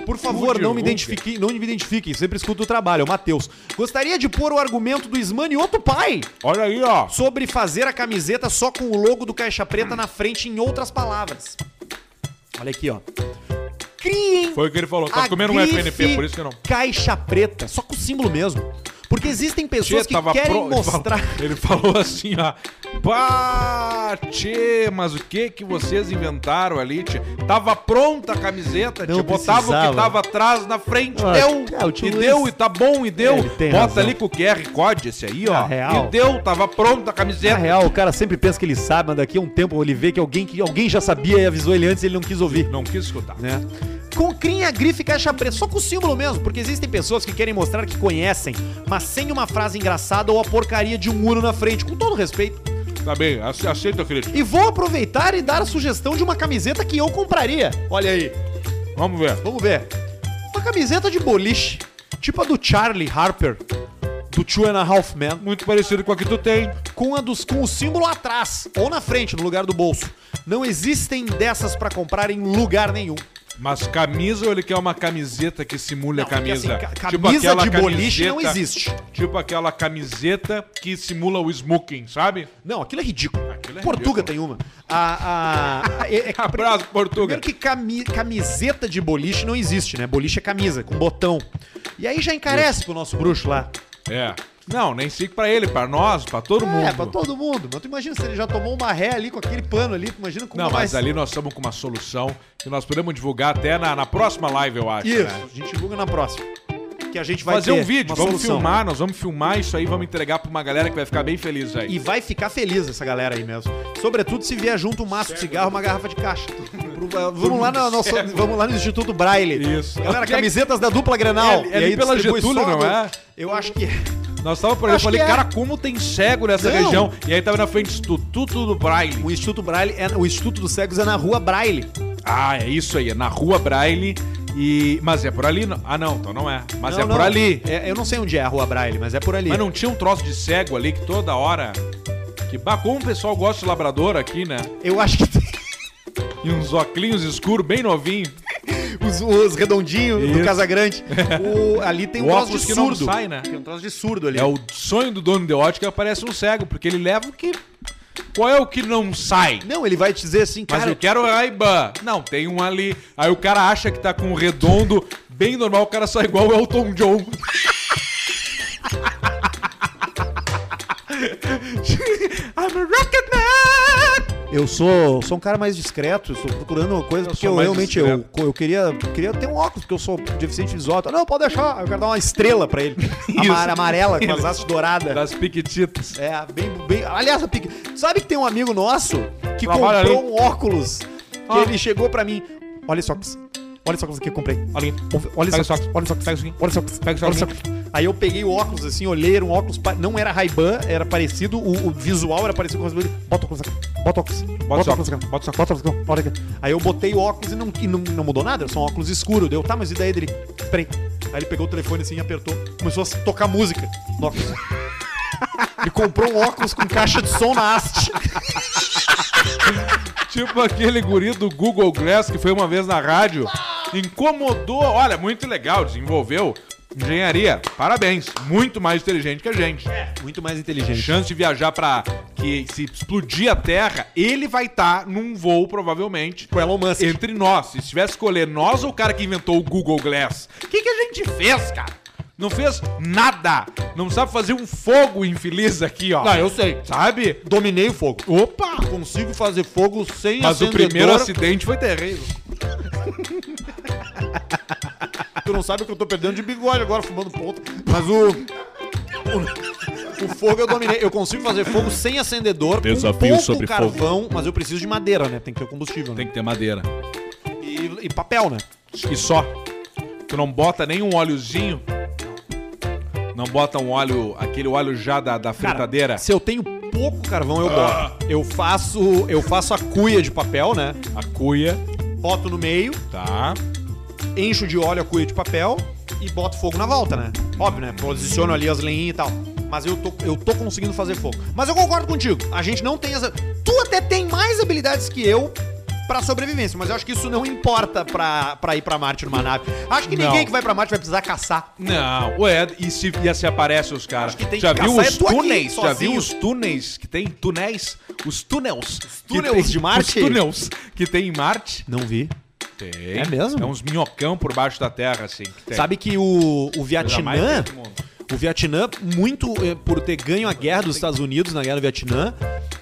B: Por favor,
A: de
B: não me,
A: ruga.
B: identifiquem, não me identifiquem. Sempre escuto o trabalho, é o Matheus. Gostaria de pôr o argumento do Ismani outro pai
A: Olha aí, ó.
B: sobre fazer a camiseta só com o logo do Caixa Preta na frente, em outras palavras. Olha aqui, ó. Criem
A: Foi o que ele falou.
B: a
A: Tá comendo um
B: grife
A: FNP, por isso que não.
B: Caixa Preta, só com o símbolo mesmo. Porque existem pessoas
A: Tchê,
B: que querem
D: <laughs>
A: pro- <laughs> ele falou-
B: mostrar.
A: Ele falou assim, ó. Pá, tchê, mas o que que vocês inventaram ali, tchê? Tava pronta a camiseta,
D: Não
A: tchê. Botava o
D: precisava.
A: que tava atrás na frente,
D: Ah,
A: deu.
D: é, o tio
A: e
D: Luiz-
A: deu, e tá bom, e deu.
D: É, ele tem
A: Bota
D: razão.
A: ali com o QR Code esse aí, ó.
D: Na real-
A: E deu, tava pronta a
D: Na
A: camiseta.
D: real, o cara sempre pensa que ele sabe, mas daqui a um tempo ele vê que alguém, que alguém já sabia e avisou ele antes e ele não quis ouvir.
A: Não quis escutar.
D: Né?
B: Com criem a grife caixa preta, só com o símbolo mesmo, porque existem pessoas que querem mostrar que conhecem, mas sem uma frase engraçada ou a porcaria de um uno na frente, com todo respeito.
A: Tá bem, ace- aceita, querido.
B: E vou aproveitar e dar a sugestão de uma camiseta que eu compraria. Olha aí,
A: Vamos ver.
B: vamos ver. Uma camiseta de boliche, tipo a do Charlie Harper, do Two and a Half Men.
A: Muito parecido com a que tu tem.
B: com, a dos, com o símbolo atrás ou na frente, no lugar do bolso. Não existem dessas pra comprar em lugar nenhum.
A: Mas camisa ou ele quer uma camiseta que simule a
B: Não, porque
A: camisa? Tipo
B: assim, ca- camisa
A: aquela
B: de boliche não
A: camiseta-
B: existe.
A: Tipo aquela camiseta que simula o smoking, sabe?
B: Não, aquilo é ridículo.
A: Aquilo é
B: Portuga
A: ridículo.
B: tem uma. A, <laughs> a- é- é-
A: Abraço, Portuga.
B: primeiro que cami- camiseta de boliche não existe, né? Boliche é camisa, com botão. E aí já encarece pro nosso bruxo lá.
A: É. Não, nem sei pra ele, pra nós, pra todo mundo.
B: É, pra todo mundo. Mas tu imagina se ele já tomou uma ré ali com aquele pano ali, tu imagina como
A: Não, mas
B: mais...
A: ali nós estamos com uma solução que nós podemos divulgar até na, na próxima live, eu acho.
B: Isso,
A: né?
B: a gente divulga na próxima. Que a gente vai
A: Fazer
B: ter
A: um vídeo,
B: uma
A: vamos
B: solução.
A: filmar, nós vamos filmar isso aí, vamos entregar pra uma galera que vai ficar bem feliz aí.
B: E vai ficar feliz essa galera aí mesmo. Sobretudo se vier junto um maço de cigarro e uma garrafa de caixa. Pro- vamos, lá na nossa- vamos lá no Instituto Braille.
A: Isso.
B: Galera,
A: Onde é que-
B: camisetas da dupla Grenal.
A: É, é ali pela
B: distribui
A: Getúlio,
B: só
A: não é?
B: Eu acho que...
A: Nós tava por exemplo, eu
B: Acho que
A: falei,
B: é.
A: cara, como tem cego nessa
B: Não.
A: região? E aí tava na frente do Tutu do Braille.
B: O Instituto Braille, é, o Instituto dos Cegos é na Rua Braille.
A: Ah, é isso aí, é na Rua Braille e... Mas é por ali? não- Ah, não, então não é. Mas
B: Não,
A: é
B: não,
A: por ali.
B: é- eu não sei onde é a Rua Braille, mas é por ali.
A: Mas não tinha um troço de cego ali que toda hora... Que bah, como o pessoal gosta de labrador aqui, né?
B: Eu acho que tem
A: E uns óculos escuros bem novinho.
B: os, os redondinhos do
A: Isso. <laughs>
B: Casagrande. O- ali tem um
A: O
B: troço de
A: óculos que não
B: surdo.
A: sai, né?
B: Tem um troço de surdo ali.
A: É o sonho do dono de ótica que aparece um cego, porque ele leva o que... Qual é o que não sai?
B: Não, ele vai te dizer assim,
A: Mas
B: <laughs> cara...
A: eu quero Ray-Ban. Não, tem um ali. Aí o cara acha que tá com um redondo bem normal, o cara sai igual o Elton John. <laughs> I'm a rocket man.
B: Eu sou, sou um cara mais discreto, eu estou procurando uma coisa, porque
A: sou
B: eu
A: mais
B: realmente eu, eu queria, eu queria ter um óculos, porque eu sou deficiente visual. tá? Não, pode deixar, eu quero dar uma estrela
A: <laughs>
B: pra ele. Amar- amarela, com as hastes douradas.
A: Das piquetitas.
B: É, bem, bem. Aliás, a pique- sabe que tem um amigo nosso que
A: Trabalha ali.
B: comprou um óculos que
A: Ah.
B: ele chegou pra mim. Olha esse óculos. Olha esse óculos que eu comprei.
A: Olha aqui.
B: Olha esse
A: Pega esse
B: óculos.
A: óculos.
B: Olha esse óculos.
A: Pega isso aqui.
B: Olha esse óculos.
A: Pega esse
B: Olha esse
A: óculos.
B: óculos. Aí eu peguei o óculos assim, olhei, era um óculos. pa- Não era Ray-Ban, era parecido. O, o visual era parecido com o Ray-Ban. Bota o óculos aqui. Bota o óculos.
A: esse
B: Bota o óculos
A: óculos.
B: aqui.
A: Bota esse
B: Bota o óculos aqui. Olha aqui. Aí eu botei o óculos e não, e não, não mudou nada. Era só um óculos escuro. Deu, tá, mas e daí dele? Peraí. Aí ele pegou o telefone assim, apertou. Começou a tocar música <laughs> no óculos. Ele comprou um óculos com caixa de som na haste.
A: Tipo aquele guri do Google Glass que foi uma vez na rádio. Incomodou. Olha, muito legal. Desenvolveu engenharia. Parabéns. Muito mais inteligente que a gente.
B: <laughs> Muito mais inteligente.
A: Chance de viajar pra. Que se explodir a Terra, ele vai estar num voo, provavelmente.
B: Com Elon Musk.
A: Entre nós. Se tivesse que escolher nós ou o cara que inventou o Google Glass, o que, que a gente fez, cara? Não fez nada. Não sabe fazer um fogo infeliz aqui, ó.
B: Ah, eu sei.
A: Sabe?
B: Dominei o fogo.
A: Opa!
B: Consigo fazer fogo sem
A: Mas o
B: acendedor.
A: primeiro acidente foi terrível.
B: Tu não sabe o que eu tô perdendo de bigode agora, fumando ponta. Mas o. o- O fogo eu dominei. Eu consigo fazer fogo sem acendedor,
A: Desafio
B: pouco
A: sobre
B: carvão, mas eu preciso de madeira, né? Tem que ter combustível, né?
A: Tem que ter madeira.
B: E, e papel, né?
A: E só. Tu não bota nenhum óleozinho. Não bota um óleo, aquele óleo já da, da fritadeira.
B: Se eu tenho pouco carvão, eu boto. Eu faço, eu faço a cuia de papel, né?
A: a cuia,
B: Boto no meio,
A: tá?
B: encho de óleo a cuia de papel e boto fogo na volta, né? Óbvio, né? Posiciono ali as lenhinhas e tal. Mas eu tô, eu tô conseguindo fazer fogo. Mas eu concordo contigo. A gente não tem essa. Tu até tem mais habilidades que eu pra sobrevivência, mas eu acho que isso não importa pra, pra ir pra Marte numa nave. Acho que
A: Não.
B: ninguém que vai pra Marte vai precisar caçar.
A: Não, ué, e se, e se aparece os caras?
B: Acho que tem
A: Já
B: que
A: viu
B: caçar,
A: os
B: é tu aqui,
A: túneis? Já
B: sozinho.
A: viu os túneis que tem? Túneis? Os túneis. que
B: túneis
A: tem-
B: de Marte?
A: Os túneis que tem em Marte.
B: Não vi.
A: Tem.
B: É mesmo?
A: É uns minhocão por baixo da terra, assim. Que tem.
B: Sabe que o, o
A: Coisa mais
B: Vietnã.
A: desse mundo.
B: O Vietnã, muito eh, por ter ganho a guerra dos Estados Unidos na guerra do Vietnã,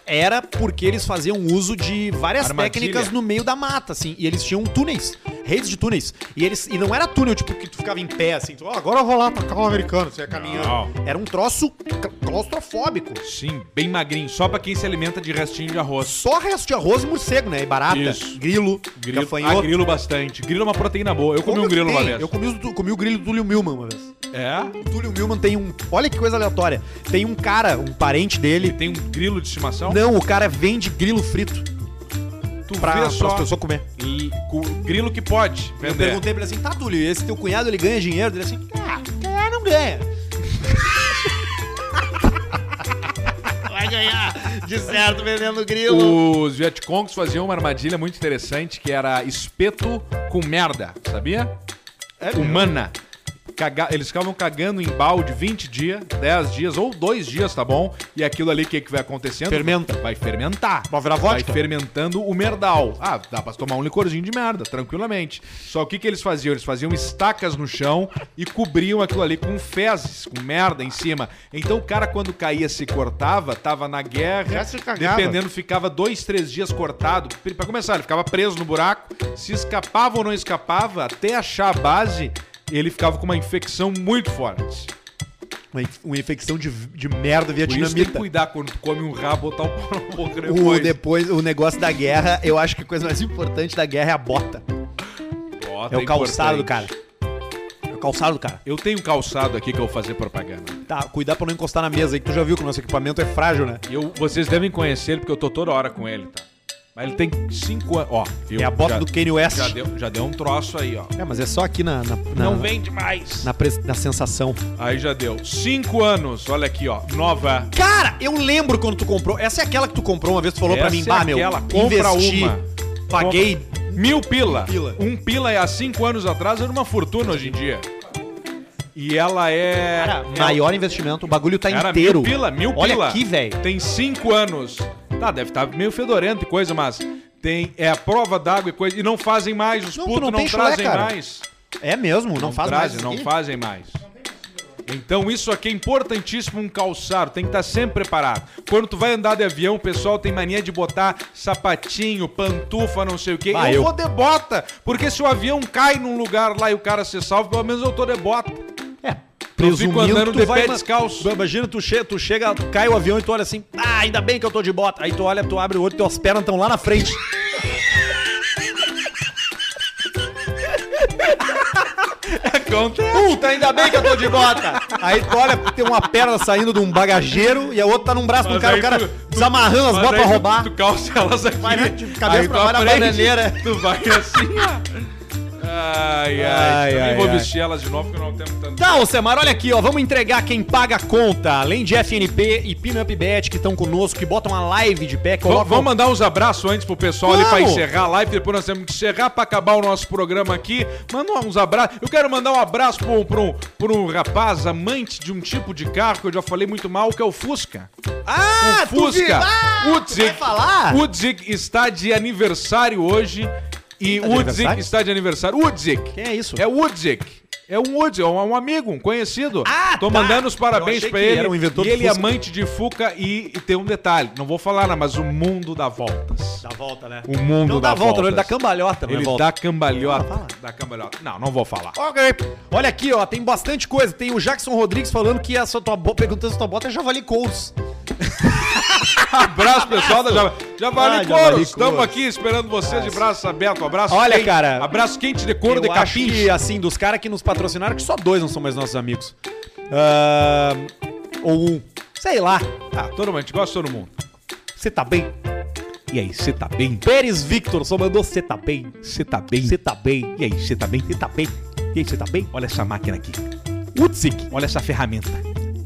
B: era porque eles faziam uso de várias
A: Armadilha.
B: técnicas no meio da mata, assim, e eles tinham túneis, redes de túneis. E eles e não era túnel tipo que tu ficava em pé assim, tu, ó, agora eu vou lá pra cá, americano, você ia caminhando.
A: Não.
B: Era um troço cla- claustrofóbico.
A: Sim, bem magrinho. Só pra quem se alimenta de restinho de arroz.
B: Só resto de arroz e morcego, né? E barata,
A: Isso.
B: grilo,
A: Grilo,
B: gafanhoto.
A: ah, grilo bastante. Grilo é uma proteína boa. Eu comi
B: Como
A: um grilo
B: tem?
A: uma vez.
B: Eu comi, os do- comi o grilo do Túlio Milman uma vez.
A: É?
B: O Túlio Milman tem um. Olha que coisa aleatória. Tem um cara, um parente dele,
A: Tem um grilo de estimação?
B: Não, o cara vende grilo frito
A: tu
B: pra,
A: vê
B: as
A: só.
B: pessoas comer.
A: L- cu- Grilo que pode
B: Eu
A: vender.
B: perguntei pra ele assim, tá, Túlio, esse teu cunhado ele ganha dinheiro? Ele assim, ah, ganhar não ganha. Vai ganhar, de certo, vendendo grilo.
A: Os Vietcongs faziam uma armadilha muito interessante que era espeto com merda, sabia?
B: É
A: Humana. Caga- Eles ficavam cagando em balde 20 dias, 10 dias ou 2 dias, tá bom? E aquilo ali, o que, que vai acontecendo?
B: Fermenta.
A: Vai fermentar.
B: Vai virar vodka.
A: Vai fermentando o merdal. Ah, dá pra tomar um licorzinho de merda, tranquilamente. Só o que, que eles faziam? Eles faziam estacas no chão e cobriam aquilo ali com fezes, com merda em cima. Então o cara, quando caía, se cortava, tava na guerra.
B: Já se cagava.
A: Dependendo, ficava dois, três dias cortado. Pra começar, ele ficava preso no buraco. Se escapava ou não escapava, até achar a base, ele ficava com uma infecção muito forte.
B: Uma, inf- uma infecção de, de merda
A: Por isso tem que
B: vietnamita.
A: cuidar quando tu come um rabo, botar o pau no boca
B: O,
A: depois.
B: depois, o negócio da guerra, eu acho que a coisa mais importante da guerra é a bota.
A: Bota,
B: É o calçado do cara.
A: importante.
B: É o calçado do cara.
A: Eu tenho um calçado aqui que eu vou fazer propaganda.
B: Tá, cuidar pra não encostar na mesa aí, que tu já viu que o nosso equipamento é frágil, né?
A: Eu, vocês devem conhecer ele porque eu tô toda hora com ele, tá? Mas ele tem 5 anos. Ó, eu
B: é a bota
A: já,
B: do Kanye West.
A: já deu, já deu um troço aí, ó.
B: É, mas é só aqui na. na- na-
A: Não vende mais.
B: na, pres- na sensação.
A: Aí já deu. 5 anos, olha aqui, ó. Nova.
B: Cara, eu lembro quando tu comprou. Essa é aquela que tu comprou uma vez, tu falou pra
A: Essa
B: mim,
A: é
B: bah, meu,
A: aquela, compra uma.
B: paguei.
A: Mil pila.
B: Pila.
A: Um pila é há 5 anos atrás era uma fortuna hoje em dia. E ela é.
B: Cara,
A: é-
B: maior investimento, o bagulho tá
A: Cara,
B: inteiro.
A: mil pila, mil
B: Olha
A: pila.
B: aqui, velho.
A: Tem cinco anos. Tá, deve estar meio fedorento e coisa, mas tem é a prova d'água e coisa. E não fazem mais, os
B: Não, tu
A: putos
B: não
A: não,
B: tem chulé,
A: trazem
B: cara.
A: mais.
B: É mesmo, não,
A: Não,
B: faz
A: trazem,
B: mais. É.
A: não
B: isso aqui.
A: fazem mais. Então isso aqui é importantíssimo um calçado, tem que estar sempre preparado. Quando tu vai andar de avião, o pessoal tem mania de botar sapatinho, pantufa, não sei o quê.
B: Ah,
A: eu,
B: eu-
A: vou de bota, porque se o avião cai num lugar lá e o cara se salva, pelo menos eu tô de
B: <laughs>
A: bota.
B: É.
A: fico andando de pé
B: ma-
A: descalço.
B: Imagina, tu, che tu chega, cai o avião e tu olha assim, ah, ainda bem que eu tô de bota. Aí tu olha, tu abre o olho, tuas pernas estão lá na frente.
A: Acontece.
B: Puta, ainda bem que eu tô de bota. Aí tu olha, tem uma perna saindo de um bagageiro e a outra tá num braço do
A: Mas
B: cara,
A: aí
B: o cara
A: tu- tu-
B: desamarrando as
A: Mas aí
B: botas pra
A: tu-
B: roubar.
A: Tu calça elas aqui.
B: Vai, né? De cabeça
A: aí tu
B: pra baixo na
A: aprende,
B: bananeira.
A: Tu vai assim, ó. Ai, ai.
B: Ai,
A: eu nem
B: ai,
A: vou
B: ai.
A: vestir elas de novo porque eu não tenho tanto.
B: Tá, Alcemar, olha aqui, ó. Vamos entregar quem paga a conta. Além de FNP e Pinup Bet que estão conosco, que botam a live de pé,
A: Vamos,
B: colocam...
A: vamos mandar uns abraços antes pro pessoal ali pra
B: Vamos!
A: encerrar a live. Depois nós temos que encerrar pra acabar o nosso programa aqui. Manda uns abraços. Eu quero mandar um abraço pro, pro, pro rapaz amante de um tipo de carro que eu já falei muito mal, que é o Fusca.
B: Ah,
A: o Fusca. Udzik,
B: vai falar?
A: Udzik está de aniversário hoje. E
B: tá de
A: Udzik
B: aniversário?
A: está de aniversário. Udzik.
B: Quem é isso?
A: É o Udzik. É um Udzik, é um amigo, um conhecido.
B: Ah,
A: Tô
B: tá.
A: mandando os parabéns
B: Eu achei
A: pra
B: que
A: ele.
B: era um inventor
A: e
B: de
A: ele é
B: Fusca.
A: amante de Fuca e, e tem um detalhe. Não vou falar, não, mas o mundo dá voltas.
B: Dá volta, né?
A: O mundo
B: Não
A: dá,
B: dá volta, não,
A: voltas.
B: ele dá cambalhota, não é
A: Ele
B: volta.
A: dá cambalhota. Dá cambalhota. Não, não vou falar.
B: Ok. Olha aqui, ó, tem bastante coisa. Tem o Jackson Rodrigues falando que a sua tua bota, perguntando se tua bota é Javali Coles.
A: Abraço, pessoal da Java- Javali
B: Ah, Javali
A: Coros.
B: Coros.
A: Estamos aqui esperando vocês de braços abertos. Um abraço
B: Olha,
A: quente.
B: cara,
A: Abraço quente de couro de
B: Eu acho
A: capim.
B: que, assim, dos caras que nos patrocinaram, que só dois não são mais nossos amigos. Ah, ou um. Sei lá.
A: Ah, todo mundo, a gente gosta de todo mundo.
B: Você tá bem?
A: E aí, você tá bem?
B: Pérez Victor só mandou você tá bem.
A: Você tá bem?
B: Você tá bem.
A: E aí, você tá bem?
B: Você tá bem. E aí, você tá bem?
A: Olha essa máquina aqui.
B: Utzik.
A: Olha essa ferramenta.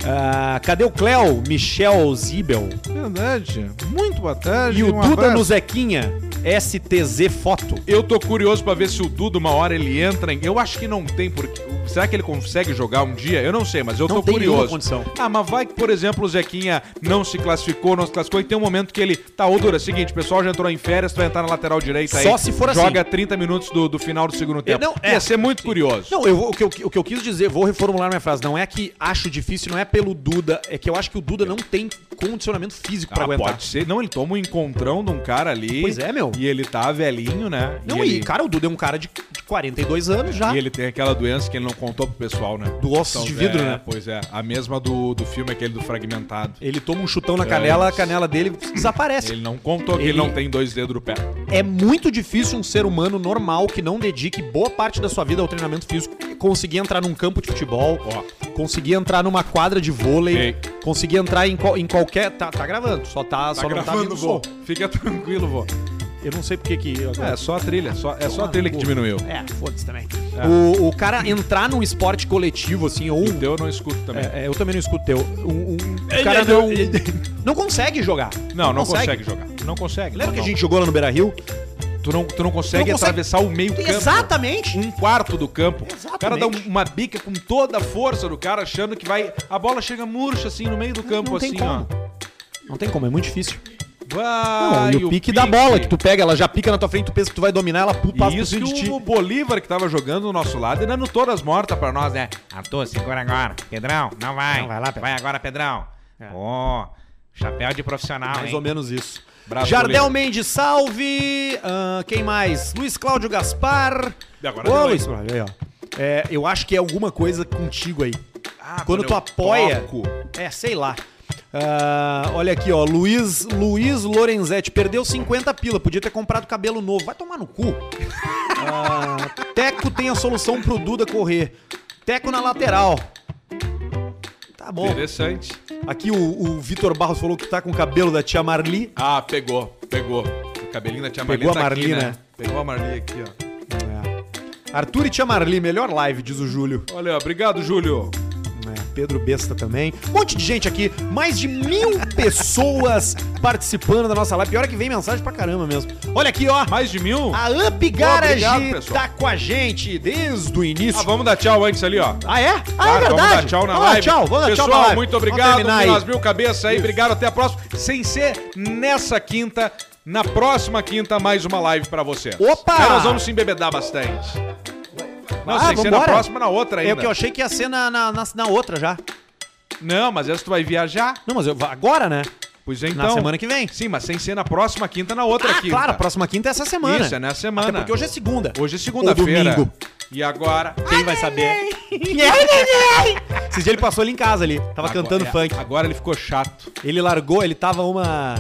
B: Ah, cadê o Cleo? Michel Zibel.
A: Verdade. Muito boa tarde.
B: E o Duda no Zequinha. STZ Foto.
A: Eu tô curioso pra ver se o Duda uma hora ele entra em... Eu acho que não tem, porque... Será que ele consegue jogar um dia? Eu não sei, mas eu
B: Não
A: tô
B: tem nenhuma
A: curioso.
B: condição.
A: Ah, mas vai que, por exemplo, o Zequinha não se classificou, não se classificou, e tem um momento que ele... Tá, ô Duda, seguinte, o pessoal já entrou em férias, tu vai entrar na lateral direita aí.
B: Só se for assim.
A: Joga 30 minutos do, do final do segundo tempo.
B: não, é.
A: Ia ser muito curioso.
B: Não, eu, vou- o, que eu, o que eu quis dizer, vou reformular minha frase. Não é que acho difícil, não é pelo Duda. É que eu acho que o Duda não tem condicionamento físico pra
A: Ah,
B: aguentar.
A: pode ser. Não, ele toma um encontrão de um cara ali.
B: Pois é, meu.
A: E ele tá velhinho, né?
B: Não, e,
A: ele...
B: cara, o Duda é um cara de, de 42 anos já.
A: E ele tem aquela doença que ele não contou pro pessoal, né?
B: Do ossos de vidro,
A: é,
B: né?
A: Pois é. A mesma do, do filme, aquele do Fragmentado.
B: Ele toma um chutão na canela, a
A: isso.
B: canela dele desaparece.
A: Ele não contou que ele
B: Ele-
A: não tem dois dedos do pé. Tá
B: É muito difícil um ser humano normal que não dedique boa parte da sua vida ao treinamento físico conseguir entrar num campo de futebol,
A: Ó.
B: conseguir entrar numa quadra de vôlei,
A: Ei.
B: conseguir entrar em, qual- em qualquer. Tá, tá gravando, só, tá, só não tá vindo o som.
A: Fica <laughs> tranquilo, vô.
B: Eu não sei porque que.
A: É só a trilha. Só, é só a trilha que diminuiu.
B: É, foda-se também. O, o cara entrar num esporte coletivo, assim, ou.
A: O teu eu não escuto também.
B: É, é, eu também não escuto teu. Um, um- o cara não. <laughs> Não consegue jogar.
A: é Não, não consegue. jogar. Não consegue.
B: Lembra
A: não,
B: que a
A: não.
B: gente jogou lá no Beira Rio?
A: Tu não, tu não consegue
B: Tu não consegue-
A: atravessar o meio campo.
B: Exatamente.
A: Um quarto do campo. O cara dá
B: Exatamente.
A: um- uma bica com toda a força do cara, achando que vai. A bola chega murcha assim no meio do campo,
B: não tem
A: assim,
B: como.
A: ó.
B: Não tem como, é muito difícil.
A: Vai,
B: e o pique, da bola que tu pega, ela já pica na tua frente, tu pensa que tu vai dominar, ela pu- passa por
A: Isso
B: cima de
A: que
B: ti.
A: o Bolívar que tava jogando do nosso lado, ele dando todas mortas pra nós, né?
G: Arthur, segura agora. Pedrão, não vai.
B: Não, vai lá, Pedrão. É.
G: Vai agora, Pedrão. Ó, chapéu de profissional,
B: Mais
G: hein?
B: ou menos isso.
A: Bravo,
B: Jardel
A: goleiro.
B: Mendes, salve! Ahn, quem mais? Luiz Cláudio Gaspar.
A: E agora
B: Ô,
A: deu aí.
B: Luiz Cláudio, aí, ó. É, eu acho que é alguma coisa contigo aí.
A: Ah,
B: quando,
A: quando
B: tu
A: eu
B: apoia.
A: toco.
B: É, sei lá. Ah, olha aqui, ó. Luiz, Luiz Lorenzetti perdeu 50 pila. Podia ter comprado cabelo novo. Vai tomar no cu. Ah, Teco tem a solução pro Duda correr. Teco na lateral. Tá bom.
A: Interessante.
B: Aqui o, o Vitor Barros falou que tá com o cabelo da tia Marli.
A: Ah, pegou, pegou. O cabelinho da tia Marli
B: Pegou a
A: tá aqui,
B: Marli,
A: né?
B: né?
A: Pegou a Marli aqui, ó.
B: É. Arthur e tia Marli, melhor live, diz o Júlio.
A: Olha, obrigado, Júlio.
B: É, Pedro Besta também. Um monte de gente aqui. Mais de
A: <laughs>
B: mil pessoas participando da nossa live. Pior é que vem mensagem pra caramba mesmo. Olha aqui, ó.
A: Mais de mil? Ah,
B: A Up Garage
A: Obrigado, pessoal.
B: tá com a gente desde o início. Ah,
A: vamos dar tão antes ali, ó.
B: é? Ah, é
A: Claro,
B: verdade.
A: Vamos dar tchau na
B: Vamos dar
A: live.
B: Tchau, vamos dar
A: Pessoal,
B: tchau na live.
A: muito
B: Vamos
A: obrigado.
B: terminar aí.
A: Minas Mil Cabeça aí. Obrigado. Até a próxima. Sem ser nessa quinta, na próxima quinta, mais uma live pra você.
B: Opa!
A: Aí nós vamos se embebedar bastante. Não,
B: Ah,
A: sem ser na
B: vambora.
A: próxima, na outra ainda.
B: É o que eu achei que ia ser na, na, na, na outra já.
A: Não, mas essa tu vai viajar.
B: Não, mas eu, agora, né?
A: Pois é, então.
B: Na semana que vem.
A: Sim, mas sem ser na próxima quinta, na outra
B: ah,
A: quinta.
B: claro, a próxima quinta é essa semana.
A: Isso, é na semana.
B: Até porque hoje é segunda.
A: Hoje é segunda-feira.
B: Ou domingo.
A: E agora.
B: Quem vai saber? Esses dias ele passou ali em casa ali. Tava
A: Agora-
B: cantando
A: é,
B: funk.
A: Agora ele ficou chato.
B: Ele largou, ele tava uma.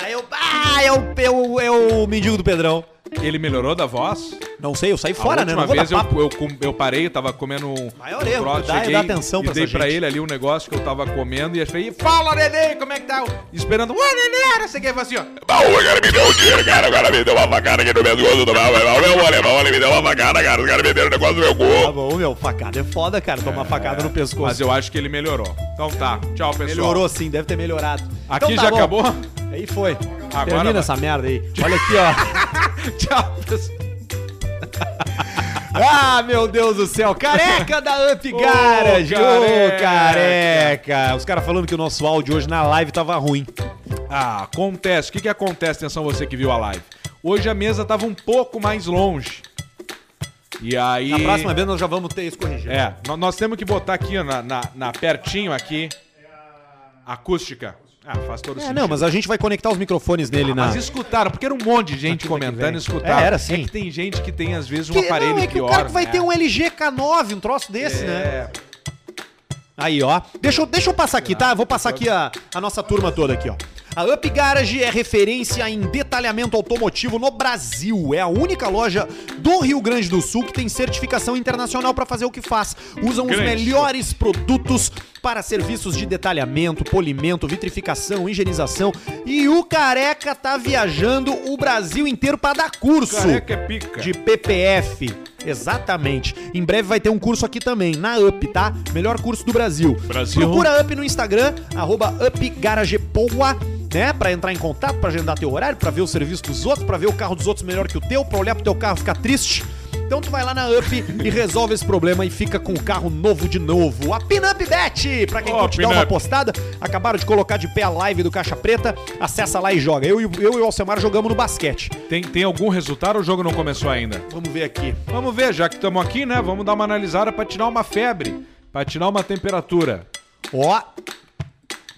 B: Aí eu. Ah, é o, é o, é o mendigo do Pedrão.
A: Ele melhorou da voz?
B: Não sei, eu saí
A: A
B: fora, né?
A: última
B: Não vou dar
A: vez eu,
B: papo.
A: eu, com- eu parei, tava comendo um,
B: Maior
A: um
B: erro, dá- é dar atenção
A: e
B: pra
A: dei
B: essa
A: pra
B: gente.
A: ele ali um negócio que eu tava comendo e achei, fala Nenê, como é que tá? Esperando, ué Nenê, não sei o que, assim ó,
H: Não, o cara me deu um dinheiro, cara. O cara me deu uma facada aqui no pescoço do meu alemão. Meu alemão, ele me deu uma facada, cara. Os caras me deram um negócio no meu
B: Tá
H: cu.
B: bom, meu, facada é foda, cara, tomar facada no pescoço.
A: mas eu acho que ele melhorou. Então tá, tchau pessoal.
B: Melhorou sim, deve ter melhorado.
A: Aqui
B: Então tá
A: já
B: bom.
A: acabou? <laughs>
B: Aí foi.
A: Agora
B: Termina
A: vai.
B: essa merda aí. Olha aqui, ó.
A: Tchau pessoal.
B: Ah, meu Deus do céu. Careca da Up Garage. Ô,
A: careca.
B: careca. Os caras falando que o nosso áudio hoje na live tava ruim.
A: Ah, acontece. O que, que acontece? Atenção, você que viu a live. Hoje a mesa tava um pouco mais longe. E aí.
B: Na próxima vez nós já vamos ter isso corrigido.
A: É, nó- nós temos que botar aqui ó, na, na, na pertinho aqui. Acústica. Ah, faz todo
B: É,
A: sentido.
B: não, mas a gente vai conectar os microfones nele na...
A: Ah, Mas escutaram, porque era um monte de gente comentando e escutaram.
B: É, era sim.
A: É que tem gente que tem, às vezes, um
B: Que-
A: aparelho
B: não, é que
A: pior.
B: o cara que vai
A: né?
B: ter um LG K9, um troço desse, né?
A: É,
B: Aí, ó. Deixa eu, deixa eu passar aqui, tá? Eu vou passar aqui a, a nossa turma toda aqui, ó. A Up Garage é referência em detalhamento automotivo no Brasil. É a única loja do Rio Grande do Sul que tem certificação internacional pra fazer o que faz. Usam os
A: Grande.
B: melhores produtos para serviços de detalhamento, polimento, vitrificação, higienização. E o Careca tá viajando o Brasil inteiro pra dar curso.
A: careca é pica.
B: De PPF. Exatamente. Em breve vai ter um curso aqui também, na UP, tá? Melhor curso do Brasil.
A: Brasil.
B: Procura a UP no Instagram, arroba UpGaragepoa, né? Pra entrar em contato, pra agendar teu horário, pra ver o serviço dos outros, pra ver o carro dos outros melhor que o teu, pra olhar pro teu carro e ficar triste. Então tu vai lá na UP e resolve esse problema e fica com o carro novo de novo. A Pinup Bet, pra quem
A: Ó,
B: curte dar uma
A: Pinup.
B: postada, acabaram de colocar de pé a live do Caixa Preta, acessa lá e joga. Eu, e o- eu e o Alcemar jogamos no basquete.
A: Tem, tem algum resultado ou o jogo não começou ainda?
B: Vamos ver aqui.
A: Vamos ver, já que estamos aqui, né? Vamos dar uma analisada pra tirar uma febre, pra tirar uma temperatura.
B: Ó.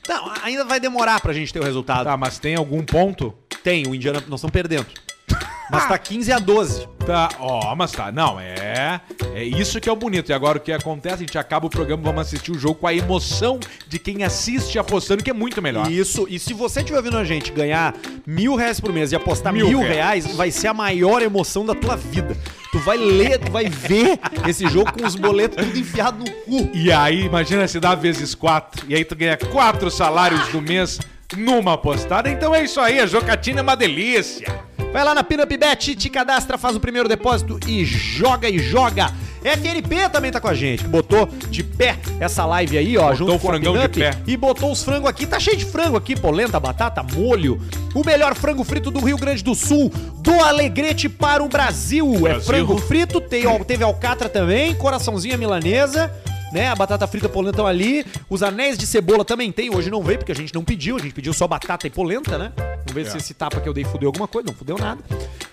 B: Não, ainda vai demorar pra gente ter o resultado.
A: Tá, mas tem algum ponto?
B: Tem, o Indiana. Nós estamos perdendo.
A: Ah.
B: Mas tá 15 a 12.
A: Tá, ó, mas tá. Não, é. É isso que é o bonito. E agora o que acontece? A gente acaba o programa, vamos assistir o jogo com a emoção de quem assiste apostando, que é muito melhor.
B: Isso. E se você estiver ouvindo a gente ganhar mil reais por mês e apostar
A: Mil
B: mil, reais, vai ser a maior emoção da tua vida. Tu vai ler, tu vai
A: <laughs>
B: ver esse jogo com os boletos tudo enfiado no cu.
A: E aí, imagina se dá vezes quatro. E aí tu ganha quatro salários do mês numa apostada. Então é isso aí, a jocatina é uma delícia.
B: Vai lá na PinupBet, te cadastra, faz o primeiro depósito e joga e joga. FNP também tá com a gente, que botou de pé essa live aí, ó,
A: Botou
B: junto
A: o
B: com a
A: frangão de
B: Pinup,
A: pé.
B: E botou os frangos aqui, tá cheio de frango aqui, polenta, batata, molho. O melhor frango frito do Rio Grande do Sul, do Alegrete para o Brasil. É
A: Brasil.
B: frango frito, tem, al- teve alcatra também, coraçãozinha milanesa. Né, a batata frita e a polenta estão ali. Os anéis de cebola também tem. Hoje não veio, porque a gente não pediu. A gente pediu só batata e polenta, né? Vamos
A: É.
B: ver se esse tapa que eu dei fudeu alguma coisa. Não fudeu nada.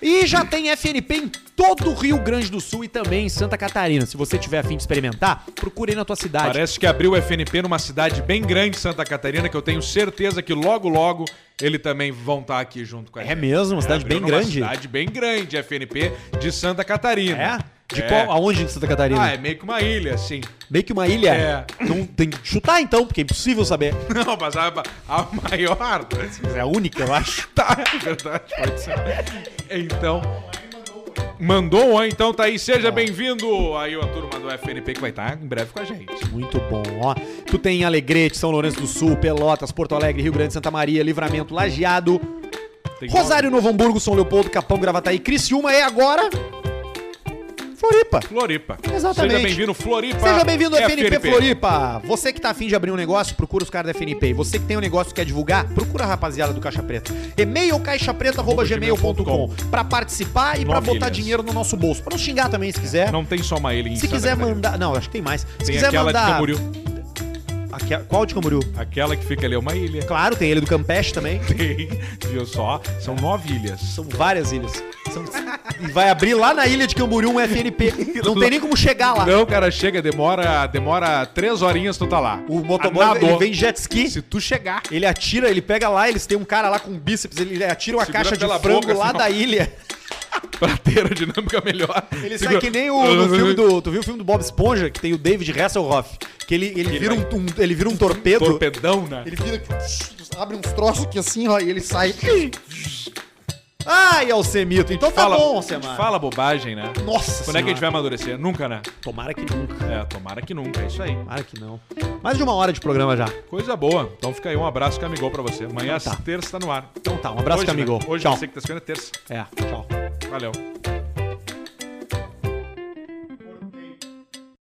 B: E já tem FNP em todo o Rio Grande do Sul e também em Santa Catarina. Se você tiver afim de experimentar, procure aí na tua cidade.
A: Parece que abriu o FNP numa cidade bem grande, Santa Catarina, que eu tenho certeza que logo, logo, ele também vão estar aqui junto com a
B: É mesmo? Uma cidade
A: abriu
B: bem
A: numa
B: grande?
A: cidade bem grande, FNP de Santa Catarina.
B: É? De
A: É.
B: qual? Aonde em Santa Catarina?
A: Ah, é meio que uma ilha, assim. <laughs>
B: Meio que uma ilha.
A: É.
B: Não tem que chutar então, porque é impossível saber.
A: Não, mas a, a maior.
B: É a única, eu acho.
A: Tá, é verdade, pode ser. Então. Mandou um oi, então tá aí. Seja bem-vindo aí, a turma do FNP que vai estar em breve com a gente.
B: Muito bom, ó. Tu tem Alegrete, São Lourenço do Sul, Pelotas, Porto Alegre, Rio Grande, Santa Maria, Livramento, Lajeado,
A: Tem
B: Rosário, Novo Hamburgo, São Leopoldo, Capão, Gravataí, Criciúma e agora... Floripa.
A: Floripa.
B: Exatamente.
A: Seja bem-vindo, Floripa.
B: Seja bem-vindo
A: é
B: ao FNP,
A: FNP.
B: Floripa. Você que tá afim de abrir um negócio, procura os caras da FNP. E Você que tem um negócio que quer divulgar, procura a rapaziada do Caixa Preta. E-mail caixapreta.gmail.com pra participar e pra botar
A: Novilhas.
B: dinheiro no nosso bolso. Pra não xingar também, se quiser.
A: Não tem só uma ilha em
B: se
A: Santa
B: quiser
A: Catarina.
B: mandar... Não, acho que tem mais. Se
A: Tem
B: quiser
A: aquela de
B: mandar...
A: Camboriú.
B: Aquela- Qual de Camboriú?
A: Aquela que fica ali é uma
B: <laughs>
A: ilha.
B: Claro, tem ele do Campeche também.
A: Tem, viu só? São nove ilhas.
B: São várias ilhas. São- E vai abrir lá na ilha de Camboriú um FNP. Não tem nem como chegar lá.
A: Não, cara, chega, demora, demora três horinhas tu tá lá.
B: O motoboy
A: Nadou.
B: ele vem de jet ski.
A: Se tu chegar.
B: Ele atira, ele pega lá, eles têm um cara lá com bíceps, ele atira uma
A: Segura
B: caixa de
A: pela
B: frango
A: boca,
B: lá
A: assim, ó.
B: da ilha.
A: pra ter a dinâmica melhor. <laughs>
B: Ele sai
A: Segura-
B: que nem o no
A: <laughs>
B: filme do. Tu viu o filme do Bob Esponja, que tem o David Hasselhoff? Que ele, ele,
A: ele
B: vira, um, um- ele vira um torpedo.
A: Torpedão, né?
B: Ele vira. Abre uns troços aqui assim, ó, e ele sai. Ai, Alcemito. Então tá
A: fala,
B: bom,
A: a gente
B: Alcemar.
A: fala bobagem, né?
B: Nossa
A: Quando é que a gente vai amadurecer? Nunca, né?
B: Tomara que nunca.
A: É, tomara que nunca, é isso aí.
B: Tomara que não. Mais de uma hora de programa já.
A: Coisa boa. Então fica aí um abraço, Camigol, pra você. Amanhã, às terça, tá no ar.
B: Então tá, um abraço,
A: Hoje, né?
B: Camigol.
A: Hoje,
B: Tchau.
A: você que tá escutando, é terça.
B: É, tchau.
A: Valeu.